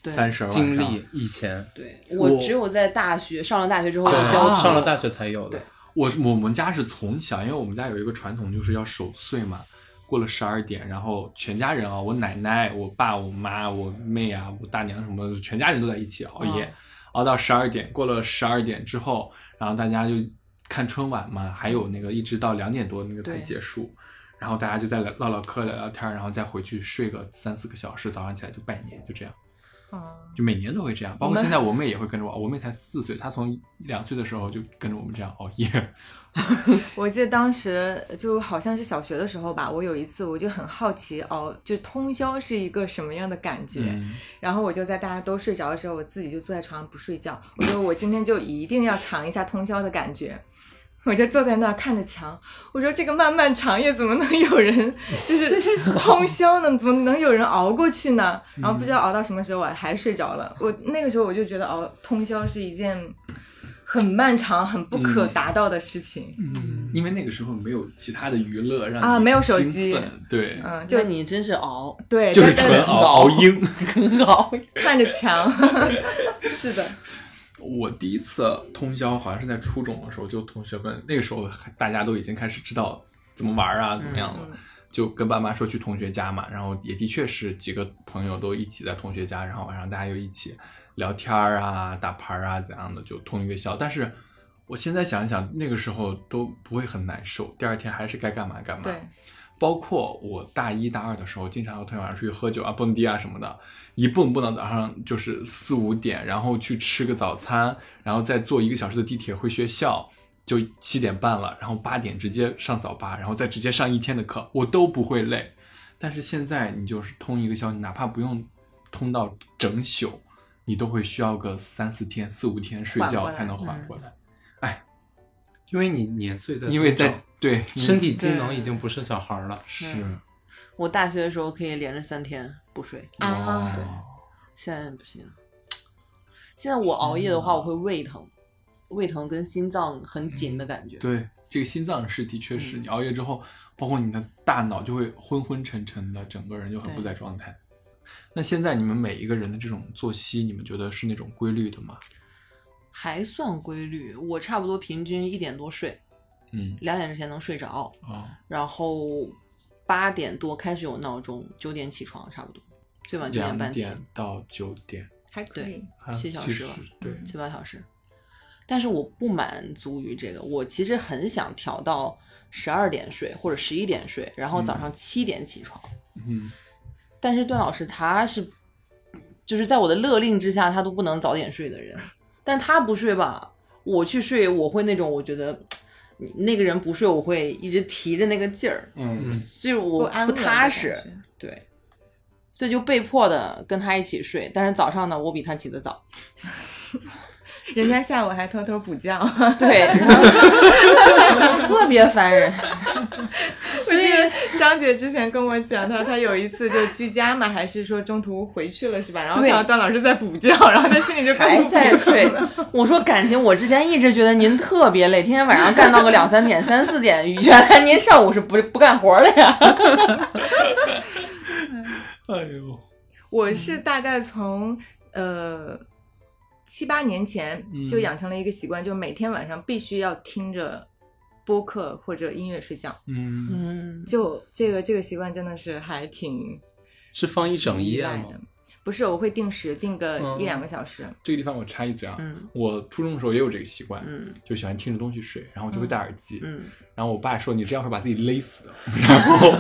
Speaker 3: 对
Speaker 4: 三十晚上
Speaker 1: 经历，以前
Speaker 3: 对我
Speaker 4: 我
Speaker 3: 只有在大学上了大学之后
Speaker 1: 对
Speaker 3: 有交
Speaker 4: 啊
Speaker 3: 集
Speaker 1: 上了大学才有的
Speaker 3: 对。
Speaker 4: 我我们家是从小，因为我们家有一个传统，就是要守岁嘛。过了十二点，然后全家人啊，我奶奶、我爸、我妈、我妹啊、我大娘什么的，全家人都在一起熬夜，
Speaker 3: 嗯
Speaker 4: 熬到十二点。过了十二点之后，然后大家就看春晚嘛，还有那个一直到两点多那个才
Speaker 3: 对
Speaker 4: 结束。然后大家就在唠唠嗑、聊聊天儿，然后再回去睡个三四个小时，早上起来就拜年，就这样。
Speaker 2: 嗯，
Speaker 4: 就每年都会这样，包
Speaker 2: 我
Speaker 4: 括
Speaker 2: 们
Speaker 4: 现在我妹也会跟着我，我妹才四岁，她从两岁的时候就跟着我们这样熬夜。
Speaker 2: 我记得当时就好像是小学的时候吧，我有一次我就很好奇哦，就通宵是一个什么样的感觉，
Speaker 4: 嗯
Speaker 2: 然后我就在大家都睡着的时候，我自己就坐在床上不睡觉，我说我今天就一定要尝一下通宵的感觉。我就坐在那儿看着墙，我说这个漫漫长夜怎么能有人就是通宵呢？怎么能有人熬过去呢？然后不知道熬到什么时候我还睡着了。我那个时候我就觉得熬通宵是一件很漫长、很不可达到的事情。
Speaker 1: 嗯，
Speaker 4: 因为那个时候没有其他的娱乐让
Speaker 2: 啊
Speaker 4: 你
Speaker 2: 没有手
Speaker 4: 兴
Speaker 2: 机
Speaker 4: 奋对，
Speaker 2: 嗯，就
Speaker 3: 就你真是熬，
Speaker 2: 对，
Speaker 4: 就是
Speaker 2: 但
Speaker 4: 纯熬熬鹰。
Speaker 3: 熬。
Speaker 2: 看着墙，是的，
Speaker 4: 我第一次通宵好像是在初中的时候，就同学们那个时候还大家都已经开始知道怎么玩儿啊，怎么样了，
Speaker 2: 嗯
Speaker 4: 就跟爸妈说去同学家嘛，然后也的确是几个朋友都一起在同学家，然后晚上大家又一起聊天儿啊、打牌儿啊怎样的，就通一个宵。但是我现在想一想，那个时候都不会很难受，第二天还是该干嘛干嘛。
Speaker 2: 对，
Speaker 4: 包括我大一大二的时候，经常要同学晚上出去喝酒啊、蹦迪啊什么的，一蹦蹦到早上就是四五点，然后去吃个早餐，然后再坐一个小时的地铁回学校，就七点半了，然后八点直接上早八，然后再直接上一天的课，我都不会累。但是现在你就是通一个宵，你哪怕不用通到整宿，你都会需要个三四天、四五天睡
Speaker 2: 缓过
Speaker 4: 觉
Speaker 2: 来嗯
Speaker 4: 才能缓过来，
Speaker 1: 因为你年岁在增长，
Speaker 4: 因为在对
Speaker 1: 身
Speaker 2: 啊
Speaker 4: 体
Speaker 1: 体机能
Speaker 3: 对
Speaker 1: 已经不是小孩儿了。
Speaker 4: 是
Speaker 3: 嗯我大学的时候可以连着三天不睡，
Speaker 2: 啊
Speaker 4: 哇
Speaker 3: 现在不行。现在我熬夜的
Speaker 4: 嗯
Speaker 3: 话，我会胃疼，胃疼跟心脏很紧的感觉。
Speaker 4: 对，这个心脏是的确是
Speaker 3: 嗯
Speaker 4: 你熬夜之后，包括你的大脑就会昏昏沉沉的，整个人就很不
Speaker 3: 对
Speaker 4: 在状态。那现在你们每一个人的这种作息，你们觉得是那种规律的吗？
Speaker 3: 还算规律，我差不多平均一点多睡，
Speaker 4: 嗯，
Speaker 3: 两点之前能睡着，
Speaker 4: 哦，
Speaker 3: 然后八点多开始有闹钟，九点起床，差不多，最晚九点
Speaker 4: 两
Speaker 3: 半起，
Speaker 4: 点到九点，
Speaker 2: 还可以，
Speaker 4: 还
Speaker 3: 七
Speaker 4: 有
Speaker 3: 小
Speaker 4: 其
Speaker 3: 时吧
Speaker 4: 实对，
Speaker 3: 七八小时。但是我不满足于这个，我其实很想调到十二点睡或者十一点睡，然后早上七点起床。
Speaker 4: 嗯，
Speaker 3: 但是段老师他是，就是在我的勒令之下，他都不能早点睡的人。但他不睡吧，我去睡，我会那种我觉得，你那个人不睡，我会一直提着那个劲儿，
Speaker 4: 嗯，
Speaker 3: 就是我
Speaker 2: 安
Speaker 3: 不
Speaker 2: 稳的
Speaker 3: 踏
Speaker 2: 感
Speaker 3: 实，
Speaker 2: 觉，
Speaker 3: 对，所以就被迫的跟他一起睡。但是早上呢，我比他起得早，
Speaker 2: 人家下午还偷偷补觉，
Speaker 3: 对，然后特别烦人。
Speaker 2: 所以张姐之前跟我讲，她她有一次就居家嘛，还是说中途回去了是吧？然后
Speaker 3: 对
Speaker 2: 看到段老师在补觉，然后她心里就
Speaker 3: 还
Speaker 2: 更
Speaker 3: 在睡。我说感情，我之前一直觉得您特别累，天天晚上干到个两三点、三四点，原来您上午是不不干活的呀。
Speaker 4: 哎呦，
Speaker 2: 我是大概从呃七八年前
Speaker 4: 嗯
Speaker 2: 就养成了一个习惯，就每天晚上必须要听着播客或者音乐睡觉。
Speaker 4: 嗯，
Speaker 3: 嗯，
Speaker 2: 就这个这个习惯真的是还挺
Speaker 1: 是放一整
Speaker 2: 依
Speaker 1: 夜
Speaker 2: 赖
Speaker 1: 吗
Speaker 2: 的？。不是，我会定时定个
Speaker 1: 嗯
Speaker 2: 一两个小时。
Speaker 4: 这个地方我插一嘴啊，
Speaker 3: 嗯
Speaker 4: 我初中的时候也有这个习惯，
Speaker 3: 嗯
Speaker 4: 就喜欢听着东西睡，然后我就会戴耳机，
Speaker 3: 嗯，
Speaker 4: 然后我爸说你这样会把自己勒死的，然 后，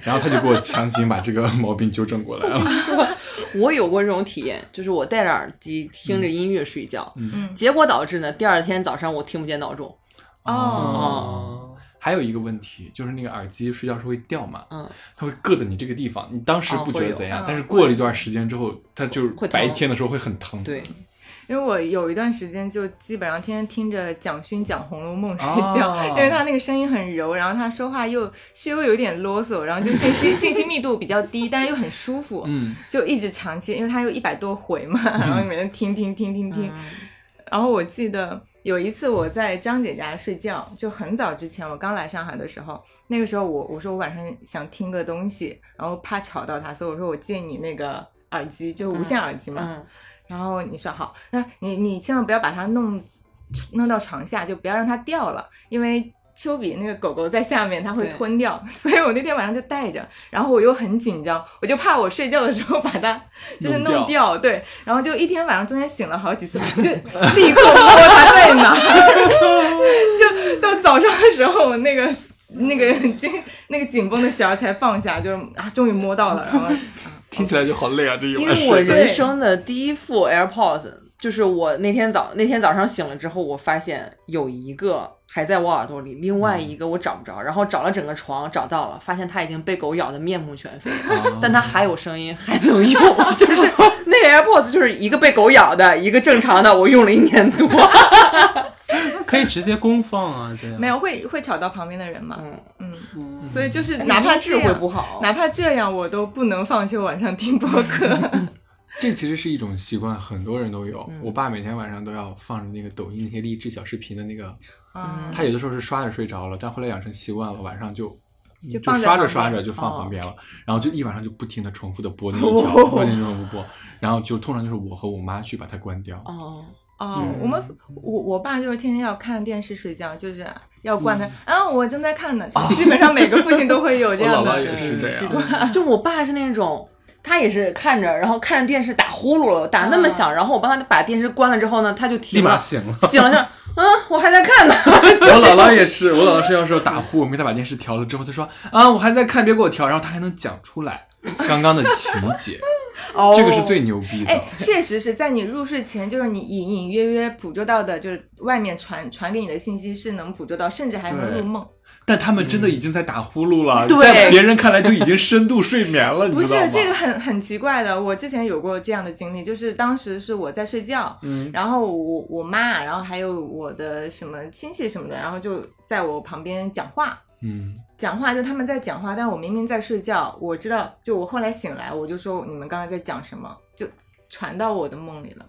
Speaker 4: 然后他就给我强行把这个毛病纠正过来了，
Speaker 3: 我有过这种体验，就是我戴着耳机听着音乐睡觉，
Speaker 2: 嗯，
Speaker 3: 结果导致呢，第二天早上我听不见闹钟。
Speaker 2: 哦，
Speaker 4: 哦，还有一个问题就是那个耳机睡觉是会掉嘛，
Speaker 3: 嗯，
Speaker 4: 它会硌的你这个地方，你当时
Speaker 3: 哦
Speaker 4: 不觉
Speaker 3: 会
Speaker 4: 得
Speaker 3: 有
Speaker 4: 怎样，
Speaker 2: 嗯
Speaker 4: 但是过了一段时间之后，它就是
Speaker 3: 会疼
Speaker 4: 白天的时候会很疼。
Speaker 3: 对，
Speaker 2: 因为我有一段时间就基本上天天听着蒋勋讲《红楼梦》睡觉，
Speaker 4: 哦
Speaker 2: 因为他那个声音很柔，然后他说话又稍微有点啰嗦，然后就信息信息密度比较低，但是又很舒服，
Speaker 4: 嗯，
Speaker 2: 就一直长期，因为他有一百多回嘛，然后每天听听听听听，
Speaker 3: 嗯
Speaker 2: 然后我记得有一次我在张姐家睡觉，就很早之前，我刚来上海的时候，那个时候我我说我晚上想听个东西，然后怕吵到她，所以我说我借你那个耳机，就无线耳机嘛。
Speaker 3: 嗯
Speaker 2: 然后你说好，那你你千万不要把它弄弄到床下，就不要让它掉了，因为丘比那个狗狗在下面，它会
Speaker 3: 对
Speaker 2: 吞掉。 所以我那天晚上就带着，然后我又很紧张，我就怕我睡觉的时候把它就是
Speaker 4: 弄
Speaker 2: 弄
Speaker 4: 掉
Speaker 2: 对。然后就一天晚上中间醒了好几次， 我就立刻摸它在哪儿， 就到早上的时候，我那个。那个紧那个紧绷的弦儿才放下，就是啊，终于摸到了， 然后
Speaker 4: 听起来就好累啊，这一
Speaker 3: 因
Speaker 4: 晚
Speaker 3: 为我
Speaker 4: 上。
Speaker 3: 人生的第一副 AirPods，就是我那天早那天早上醒了之后，我发现有一个还在我耳朵里，另外一个我找不着，然后找了整个床找到了，发现它已经被狗咬得面目全非，但它还有声音，还能用，就是那个 AirPods 就是一个被狗咬的，一个正常的，我用了一年多。
Speaker 1: 可以直接公放啊，这样
Speaker 2: 没有会会吵到旁边的人嘛，
Speaker 3: 嗯，
Speaker 2: 嗯，
Speaker 1: 嗯
Speaker 2: 所以就是
Speaker 3: 而且
Speaker 2: 哪怕
Speaker 3: 音质
Speaker 2: 这
Speaker 3: 会
Speaker 2: 样，
Speaker 3: 不 好，
Speaker 2: 哪怕这样，我都不能放弃晚上听播客。
Speaker 4: 这其实是一种习惯，很多人都有。我爸每天晚上都要放着那个抖音那些励志小视频的那个，
Speaker 2: 嗯，
Speaker 4: 他有的时候是刷着睡着了，但后来养成习惯了，晚上就
Speaker 2: 就放在
Speaker 4: 刷着
Speaker 2: 旁
Speaker 4: 刷
Speaker 2: 边
Speaker 4: 着就放
Speaker 2: 哦
Speaker 4: 旁边了，然后就一晚上就不停的重复的播那一条，
Speaker 2: 哦
Speaker 4: 不停地重复播，然后就通常就是我和我妈去把它关掉。
Speaker 3: 哦，
Speaker 2: 哦，
Speaker 1: 嗯
Speaker 2: 我们我我爸就是天天要看电视睡觉，就是要惯他。啊，我正在看呢。 基本上每个父亲都会有这
Speaker 4: 我
Speaker 2: 样
Speaker 4: 姥
Speaker 2: 的
Speaker 4: 姥也是这
Speaker 2: 习
Speaker 4: 样
Speaker 2: 惯。，
Speaker 3: 就我爸是那种，他也是看着，然后看着电视打呼噜了，打那么响，然后我帮他把电视关了之后呢，他就
Speaker 1: 立
Speaker 3: 停
Speaker 1: 马
Speaker 3: 了，
Speaker 1: 醒了。
Speaker 3: 醒了就，嗯，我还在看呢。
Speaker 4: 我姥姥也是，我姥姥睡觉的时候打呼，我给她把电视调了之后，她说啊，我还在看，别给我调，然后她还能讲出 来刚刚的情节，
Speaker 3: 哦
Speaker 4: 这个是 最牛逼的。
Speaker 2: 哎，确实是在你入睡前，就是你隐隐约约捕捉到的，就是外面传传给你的信息是能捕捉到，甚至还能
Speaker 4: 对
Speaker 2: 入梦。
Speaker 4: 但他们真的已经在打呼噜了，
Speaker 3: 对
Speaker 4: 在别人看来就已经深度睡眠了，你
Speaker 2: 不
Speaker 4: 知
Speaker 2: 是
Speaker 4: 道吗？
Speaker 2: 这个很很奇怪的，我之前有过这样的经历，就是当时是我在睡觉，
Speaker 4: 嗯，
Speaker 2: 然后我我妈，然后还有我的什么亲戚什么的，然后就在我旁边讲话，
Speaker 4: 嗯，
Speaker 2: 讲话就他们在讲话，但我明明在睡觉，我知道，就我后来醒来，我就说你们刚才在讲什么，就传到我的梦里了。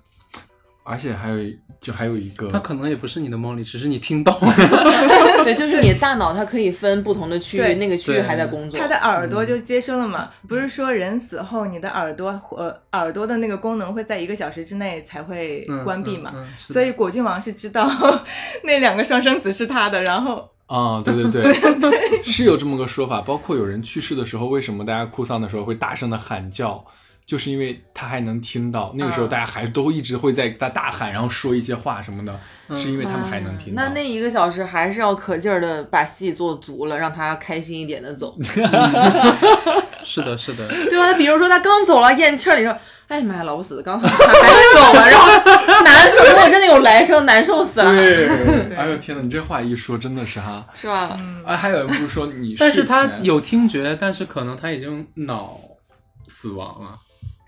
Speaker 4: 而且还有一就还有一个，
Speaker 1: 他可能也不是你的梦里，只是你听到了。
Speaker 3: 对，就是你的大脑它可以分不同的区域，
Speaker 2: 对
Speaker 3: 那个区域
Speaker 1: 对
Speaker 3: 还在工作
Speaker 2: 他。的耳
Speaker 1: 嗯
Speaker 2: 朵就接收了嘛，不是说人死后你的耳朵呃耳朵的那个功能会在一个小时之内才会
Speaker 1: 嗯
Speaker 2: 关闭嘛，
Speaker 1: 嗯嗯是的
Speaker 2: 所以果郡王是知道 那两个双生子是他的，然后
Speaker 4: 啊、对对对，是有这么个说法。包括有人去世的时候，为什么大家哭丧的时候会大声的喊叫，就是因为他还能听到。那个时候
Speaker 2: 啊
Speaker 4: 大家还都一直会在大大喊，然后说一些话什么的，是因为他们还能听到。
Speaker 3: 那那一个小时还是要可劲儿的把戏做足了，让他开心一点 的走，
Speaker 1: 是的，是的，
Speaker 3: 对吧？比如说他刚走了，咽气儿，你说，哎妈呀，老死，刚 才还没走了，然后难受，如果真的有来生，难受死了，
Speaker 4: 对，哎呦天哪，你这话一说真的是哈。
Speaker 3: 是吧？
Speaker 4: 啊，还有人不是说你
Speaker 1: 但是
Speaker 4: 睡
Speaker 1: 他
Speaker 4: 前
Speaker 1: 有听觉，但是可能他已经脑死亡了，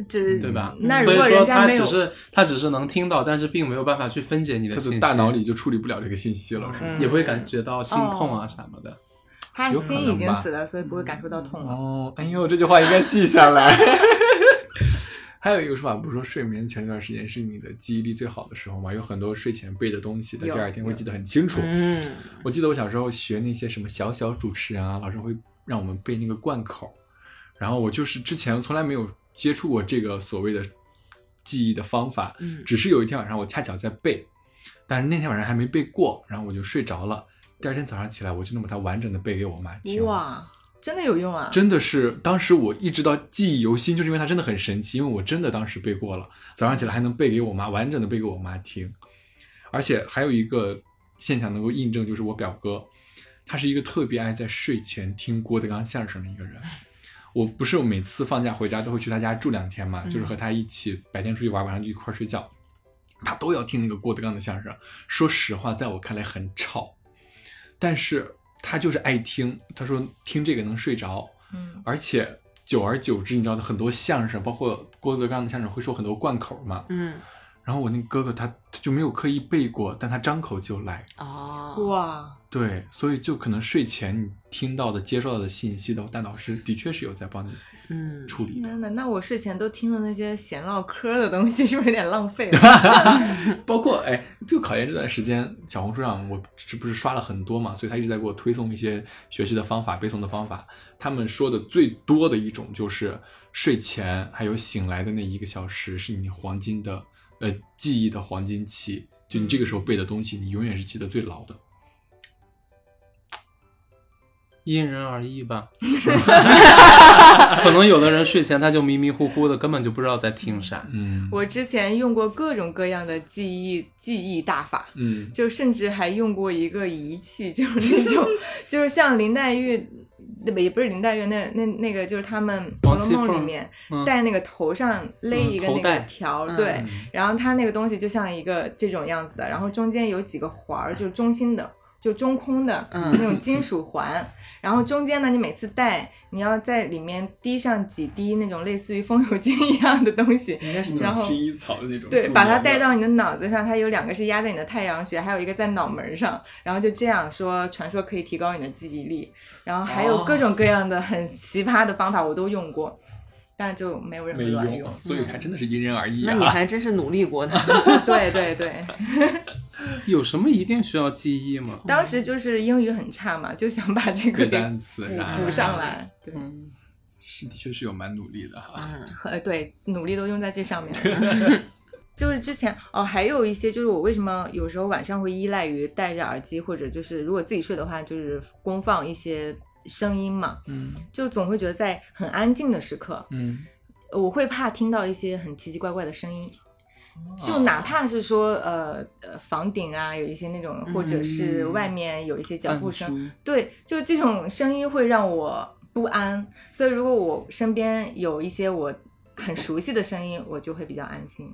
Speaker 2: 只
Speaker 1: 对吧？嗯
Speaker 2: 那如
Speaker 1: 所以
Speaker 2: 果
Speaker 1: 说
Speaker 2: 人家
Speaker 1: 他
Speaker 2: 没
Speaker 1: 只
Speaker 2: 有
Speaker 1: 是他只是能听到，但是并没有办法去分解你的
Speaker 4: 他
Speaker 1: 信
Speaker 4: 的
Speaker 1: 息，
Speaker 4: 大脑里就处理不了这个信息了，是吗？
Speaker 1: 也不会
Speaker 2: 嗯
Speaker 1: 感觉到心痛
Speaker 2: 哦
Speaker 1: 啊什么的。
Speaker 2: 他
Speaker 4: 有可
Speaker 2: 心
Speaker 4: 能
Speaker 2: 已经
Speaker 4: 吧
Speaker 2: 死了，所以不会感受到痛了。
Speaker 4: 哦，哎呦，这句话应该记下来。 还有一个说法不是说睡眠前一段时间是你的记忆力最好的时候吗？有很多睡前背的东西，在第
Speaker 2: 有
Speaker 4: 二天会记得很清楚。
Speaker 3: 嗯，
Speaker 4: 我记得我小时候学那些什么小小主持人啊，老师会让我们背那个贯口，然后我就是之前从来没有接触过这个所谓的记忆的方法，
Speaker 3: 嗯
Speaker 4: 只是有一天晚上我恰巧在背，但是那天晚上还没背过，然后我就睡着了。第二天早上起来，我就能把它完整的背给我妈听。
Speaker 2: 哇，真的有用啊！
Speaker 4: 真的是，当时我一直到记忆犹新，就是因为它真的很神奇，因为我真的当时背过了，早上起来还能背给我妈，完整的背给我妈听。而且还有一个现象能够印证，就是我表哥，他是一个特别爱在睡前听郭德纲相声的一个人。 我不是每次放假回家都会去他家住两天嘛，就是和他一起白天出去玩，晚上就一块儿睡觉。他都要听那个郭德纲的相声。说实话，在我看来很吵，但是他就是爱听。他说听这个能睡着，
Speaker 2: 嗯，
Speaker 4: 而且久而久之，你知道的很多相声，包括郭德纲的相声会说很多贯口嘛。
Speaker 3: 嗯，
Speaker 4: 然后我那哥哥他他就没有刻意背过，但他张口就来。
Speaker 3: 哦，
Speaker 2: 哇，
Speaker 4: 对，所以就可能睡前你听到的、接受到的信息的，大脑是的确是有在帮你
Speaker 3: 嗯，
Speaker 4: 处理的。
Speaker 2: 天呐，那我睡前都听了那些闲唠嗑的东西，是不是有点浪 费了？
Speaker 4: 包括哎，就考研这段时间，小红书上我这不是刷了很多嘛，所以他一直在给我推送一些学习的方法、背诵的方法。他们说的最多的一种就是睡前还有醒来的那一个小时是你黄金的呃记忆的黄金期，就你这个时候背的东西，你永远是记得最牢的。
Speaker 1: 因人而 异吧，可能有的人睡前他就迷迷糊糊的，根本就不知道在听啥。
Speaker 4: 嗯
Speaker 2: 我之前用过各种各样的记忆记忆大法，
Speaker 4: 嗯
Speaker 2: 就甚至还用过一个仪器，就是那 种就是像林黛玉。那不也不是林黛玉，那那那个就是他们《红
Speaker 1: 王
Speaker 2: 楼
Speaker 1: 熙
Speaker 2: 梦》里
Speaker 1: 凤
Speaker 2: 面
Speaker 1: 嗯
Speaker 2: 戴那个头上勒
Speaker 1: 嗯
Speaker 2: 一个
Speaker 1: 头
Speaker 2: 那
Speaker 1: 带
Speaker 2: 个条，
Speaker 3: 嗯
Speaker 2: 对，然后它那个东西就像一个这种样子的，然后中间有几个环儿，就是中心的，就中空的
Speaker 3: 嗯
Speaker 2: 那种金属环。然后中间呢，你每次戴，你要在里面滴上几滴那种类似于风油精一样的东西，
Speaker 4: 应该是
Speaker 2: 那种然后薰
Speaker 4: 衣草的那种
Speaker 2: 对，把它带到你的脑子上。它有两个是压在你的太阳穴，还有一个在脑门上。然后就这样说，传说可以提高你的记忆力。然后还有各种各样的很奇葩的方法，我都用过。但就没有人会
Speaker 4: 没
Speaker 2: 乱
Speaker 4: 用啊，所以还真的是因人而异
Speaker 3: 那
Speaker 4: 啊。
Speaker 3: 你还真是努力过的，
Speaker 2: 对对对，
Speaker 1: 嗯有什么一定需要记忆吗？
Speaker 2: 当时就是英语很差嘛，就想把这个
Speaker 4: 背
Speaker 2: 给
Speaker 4: 单词啥
Speaker 2: 补补上，来。对，
Speaker 4: 是的确是有蛮努力的哈。
Speaker 3: 嗯
Speaker 2: 呃，对，努力都用在这上面了。 就是之前哦，还有一些就是我为什么有时候晚上会依赖于戴着耳机，或者就是如果自己睡的话，就是公放一些声音嘛，
Speaker 4: 嗯
Speaker 2: 就总会觉得在很安静的时刻，
Speaker 4: 嗯，
Speaker 2: 我会怕听到一些很奇奇怪怪的声音。
Speaker 1: 哦
Speaker 2: 就哪怕是说，呃呃，房顶啊，有一些那种，或者是
Speaker 1: 嗯
Speaker 2: 外面有一些脚步声，
Speaker 1: 淡出，
Speaker 2: 对，就这种声音会让我不安，所以如果我身边有一些我很熟悉的声音，我就会比较安心。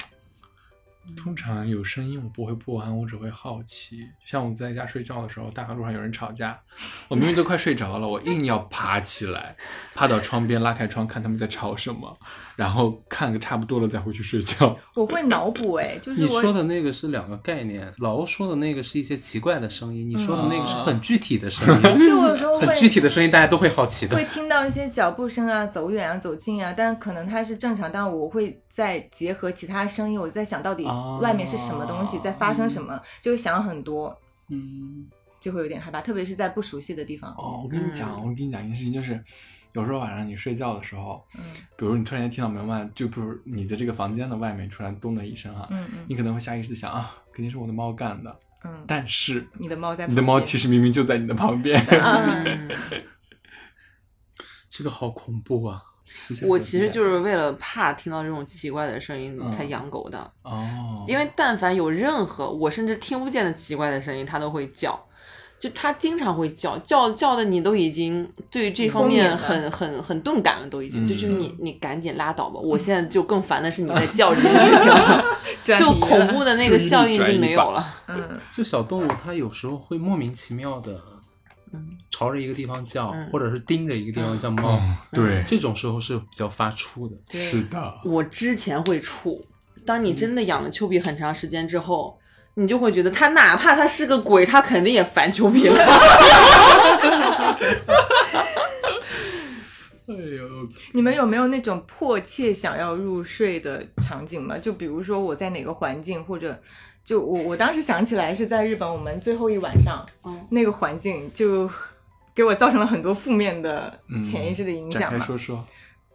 Speaker 4: 通常有声音我不会不安，我只会好奇。像我在家睡觉的时候，大马路上有人吵架， 我明明都快睡着了，我硬要爬起来， 趴到窗边拉开窗看他们在吵什么，然后看个差不多了再回去睡觉。
Speaker 2: 我会脑补，哎，就是
Speaker 1: 你
Speaker 2: 我
Speaker 1: 说的那个是两个概念，老欧说的那个是一些奇怪的声音，你说的那个
Speaker 4: 嗯
Speaker 1: 是很具体的声
Speaker 2: 而且
Speaker 1: 音，
Speaker 2: 嗯我有时候
Speaker 1: 很具体
Speaker 2: 会
Speaker 1: 的声音大家都会好奇
Speaker 2: 会
Speaker 1: 的。
Speaker 2: 听到一些脚步声啊、走远啊、走近啊，但可能它是正常，但我会再结合其他声音，我在想到底
Speaker 4: 哦
Speaker 2: 外面是什么东西，
Speaker 4: 啊
Speaker 2: 在发生什么，就会想很多，
Speaker 1: 嗯，
Speaker 2: 就会有点害怕，特别是在不熟悉的地方。
Speaker 4: 哦，我跟你讲，我跟你讲一件事情，就是有时候晚上你睡觉的时候，
Speaker 2: 嗯
Speaker 4: 比如你突然间听到门外，就比如你的这个房间的外面突然咚的一声啊，
Speaker 2: 嗯嗯
Speaker 4: 你可能会下意识的想啊，肯定是我的猫干的，
Speaker 2: 嗯，
Speaker 4: 但是
Speaker 2: 你的猫在
Speaker 4: 你的猫
Speaker 2: 旁边
Speaker 4: 其实明明就在你的旁边。
Speaker 2: 嗯
Speaker 1: 这个好恐怖啊！
Speaker 4: 私下
Speaker 3: 我
Speaker 4: 说
Speaker 3: 其
Speaker 4: 私
Speaker 3: 实
Speaker 4: 下
Speaker 3: 就是为了怕听到这种奇怪的声音才
Speaker 4: 嗯
Speaker 3: 养狗的，
Speaker 4: 哦，
Speaker 3: 因为但凡有任何我甚至听不见的奇怪的声音，它都会叫。就它经常会叫，叫叫的你都已经对这方
Speaker 2: 昏迷
Speaker 3: 面
Speaker 2: 了
Speaker 3: 很很很钝感了，都已经。
Speaker 4: 嗯
Speaker 3: 就就是你你赶紧拉倒吧！我现在就更烦的 是你在叫这件事情了，
Speaker 2: 转
Speaker 3: 就
Speaker 2: 移了
Speaker 3: 恐怖的那个效应
Speaker 4: 转移
Speaker 3: 就没有
Speaker 4: 法
Speaker 3: 了。
Speaker 2: 嗯
Speaker 1: 就小动物它有时候会莫名其妙的
Speaker 3: 嗯，
Speaker 1: 朝着一个地方叫，
Speaker 3: 嗯
Speaker 1: 或者是盯着一个地方叫猫，
Speaker 4: 嗯哦
Speaker 2: 嗯
Speaker 4: 对，
Speaker 1: 这种时候是比较发怵的。
Speaker 2: 对
Speaker 4: 是的，
Speaker 3: 我之前会怵，当
Speaker 4: 嗯
Speaker 3: 你真的养了丘比很长时间之后，你就会觉得它哪怕它是个鬼，它肯定也烦丘比了。
Speaker 4: 哎呦，
Speaker 2: 你们有没有那种迫切想要入睡的场景吗？就比如说我在哪个环境，或者就我我当时想起来是在日本，我们最后一晚上、
Speaker 3: 嗯
Speaker 2: 那个环境就给我造成了很多负面的潜意识的影
Speaker 4: 嗯展
Speaker 2: 响
Speaker 4: 开
Speaker 2: 嘛。
Speaker 4: 说说，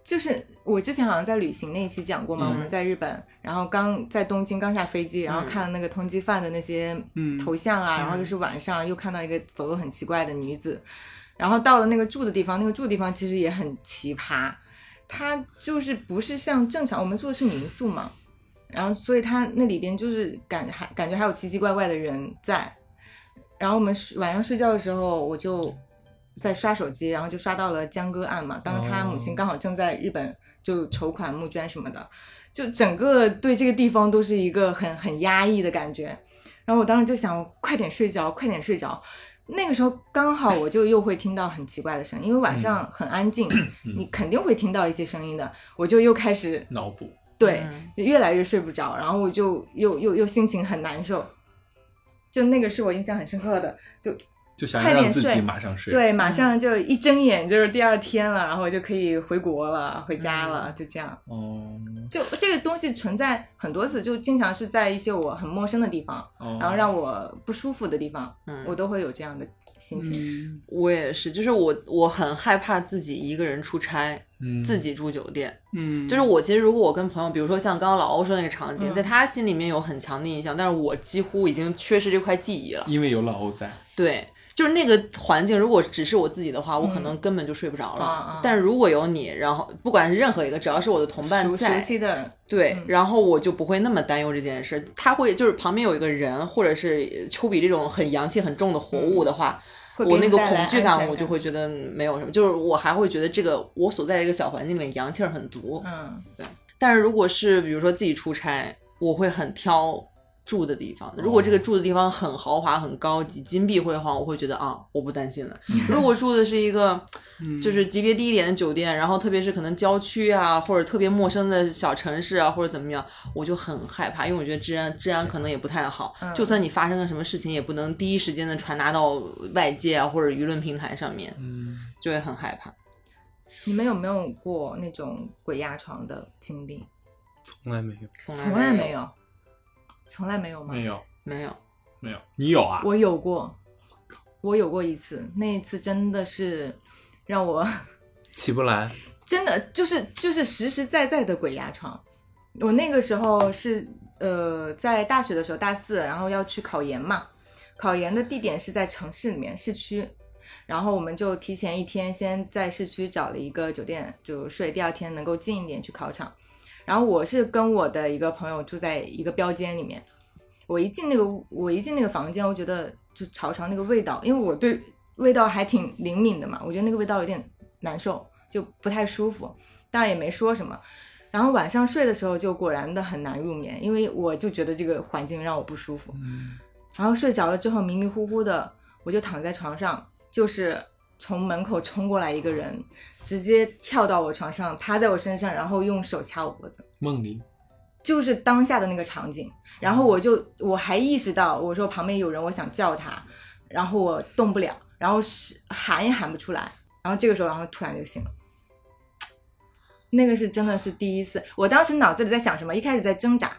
Speaker 2: 就是我之前好像在旅行那一期讲过嘛，
Speaker 4: 嗯
Speaker 2: 我们在日本，然后刚在东京刚下飞机，然后看那个通缉犯的那些
Speaker 1: 嗯
Speaker 2: 头像啊，
Speaker 3: 嗯
Speaker 2: 然后就是晚上又看到一个走路很奇怪的女子，然后到了那个住的地方，那个住的地方其实也很奇葩，它就是不是像正常我们住的是民宿嘛，然后所以它那里边就是感还感觉还有奇奇怪怪的人在，然后我们睡晚上睡觉的时候，我就在刷手机，然后就刷到了江歌案嘛。当时他母亲刚好正在日本就筹款募捐什么的，就整个对这个地方都是一个很很压抑的感觉。然后我当时就想，快点睡着，快点睡着。那个时候刚好我就又会听到很奇怪的声音，因为晚上很安静，你肯定会听到一些声音的。我就又开始
Speaker 4: 脑补，
Speaker 2: 对，
Speaker 3: 嗯
Speaker 2: 越来越睡不着，然后我就又又又心情很难受，就那个是我印象很深刻的，就
Speaker 4: 就想
Speaker 2: 快
Speaker 4: 要让
Speaker 2: 点
Speaker 4: 自己
Speaker 2: 睡
Speaker 4: 马上睡。，
Speaker 2: 对，马上就一睁眼就是第二天了，然后我就可以回国了，回家了，
Speaker 3: 嗯
Speaker 2: 就这样。
Speaker 4: 哦，
Speaker 2: 就这个东西存在很多次，就经常是在一些我很陌生的地方，然
Speaker 4: 然
Speaker 2: 后让我不舒服的地方，
Speaker 3: 嗯
Speaker 2: 我都会有这样的心情。
Speaker 1: 嗯，
Speaker 3: 我也是，就是我我很害怕自己一个人出差，
Speaker 4: 嗯
Speaker 3: 自己住酒店。
Speaker 1: 嗯
Speaker 3: 就是我其实如果我跟朋友，比如说像刚刚老欧说那个场景，
Speaker 2: 嗯
Speaker 3: 在他心里面有很强的印象，但是我几乎已经缺失这块记忆了。
Speaker 4: 因为有老欧在，
Speaker 3: 对，就是那个环境，如果只是我自己的话，我可
Speaker 2: 嗯
Speaker 3: 能根本就睡不着了。
Speaker 2: 啊啊
Speaker 3: 但是如果有你，然后不管是任何一个，只要是我的同伴
Speaker 2: 熟熟
Speaker 3: 在，
Speaker 2: 悉的，
Speaker 3: 对，
Speaker 2: 嗯
Speaker 3: 然后我就不会那么担忧这件事。他会就是旁边有一个人，或者是丘比这种很阳气很重的活物的话，
Speaker 2: 嗯会
Speaker 3: 我
Speaker 2: 给
Speaker 3: 那
Speaker 2: 你
Speaker 3: 个
Speaker 2: 带来
Speaker 3: 恐惧
Speaker 2: 安
Speaker 3: 感
Speaker 2: 全
Speaker 3: 我就会觉得没有什么，就是我还会觉得这个我所在的一个小环境里面阳气儿很足。
Speaker 2: 嗯
Speaker 3: 但是如果是比如说自己出差，我会很挑住的地方。如果这
Speaker 2: 哦
Speaker 3: 个住的地方很豪华、很高级、金碧辉煌，我会觉得啊，我不担心了。
Speaker 2: 嗯
Speaker 3: 如果住的是 一个就是级别低一点的酒店，然后特别是可能郊区啊，或者特别陌生的小城市啊，或者怎么样，我就很害怕，因为我觉得治安治安可能也不太好。
Speaker 2: 嗯
Speaker 3: 就算你发生了什么事情，也不能第一时间的传达到外界啊或者舆论平台上面，
Speaker 4: 嗯，
Speaker 3: 就会很害怕。
Speaker 2: 你们有没有过那种鬼压床的经历？
Speaker 1: 从来没有，
Speaker 3: 从
Speaker 2: 从来没有，从来没有吗？
Speaker 4: 没有
Speaker 3: 没有，
Speaker 4: 没有，你有啊？
Speaker 2: 我有过，我有过一次，那一次真的是让我
Speaker 1: 起不来。
Speaker 2: 真的就是就是实实在在的鬼压床。我那个时候是呃在大学的时候，大四，然后要去考研嘛，考研的地点是在城市里面市区，然后我们就提前一天先在市区找了一个酒店就睡，第二天能够近一点去考场。然后我是跟我的一个朋友住在一个标间里面，我一进那个屋，我一进那个房间，我觉得就潮潮那个味道，因为我对味道还挺灵敏的嘛，我觉得那个味道有点难受，就不太舒服，当然也没说什么。然后晚上睡的时候就果然的很难入眠，因为我就觉得这个环境让我不舒服。
Speaker 4: 嗯
Speaker 2: 然后睡着了之后迷迷糊糊的，我就躺在床上，就是从门口冲过来一个人，直接跳到我床上，趴在我身上，然后用手掐我脖子。
Speaker 4: 梦里
Speaker 2: 就是当下的那个场景。然后我就我还意识到，我说旁边有人，我想叫他，然后我动不了，然后是喊也喊不出来，然后这个时候，然后突然就醒了。那个是真的是第一次，我当时脑子里在想什么？一开始在挣扎，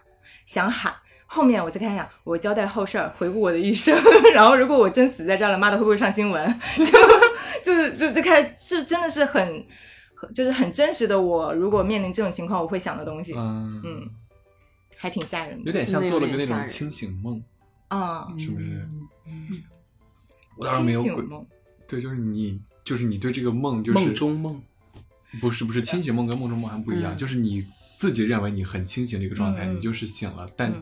Speaker 2: 想喊。后面我才开始想，我交代后事儿，回顾我的一生。 然后，如果我真死在这儿了，妈的，会不会上新闻？ 就就是就就开始，是真的是很，很就是很真实的我。如果面临这种情况，我会想的东西。
Speaker 4: 嗯
Speaker 2: 嗯，还挺吓人
Speaker 4: 有
Speaker 2: 的。
Speaker 4: 点像做了个那
Speaker 3: 真的有点吓
Speaker 4: 种
Speaker 3: 人
Speaker 4: 清醒梦，
Speaker 2: 啊、
Speaker 4: 是不
Speaker 3: 嗯
Speaker 4: 是？我当然没
Speaker 2: 清
Speaker 4: 有
Speaker 2: 醒
Speaker 4: 鬼，
Speaker 2: 梦，
Speaker 4: 对，就是你，就是你对这个梦，就是
Speaker 1: 梦中梦，
Speaker 4: 不是不是清醒梦跟梦中梦还不一样，
Speaker 3: 嗯
Speaker 4: 就是你自己认为你很清醒的一个状态，
Speaker 2: 嗯
Speaker 4: 你就是醒了，但
Speaker 2: 嗯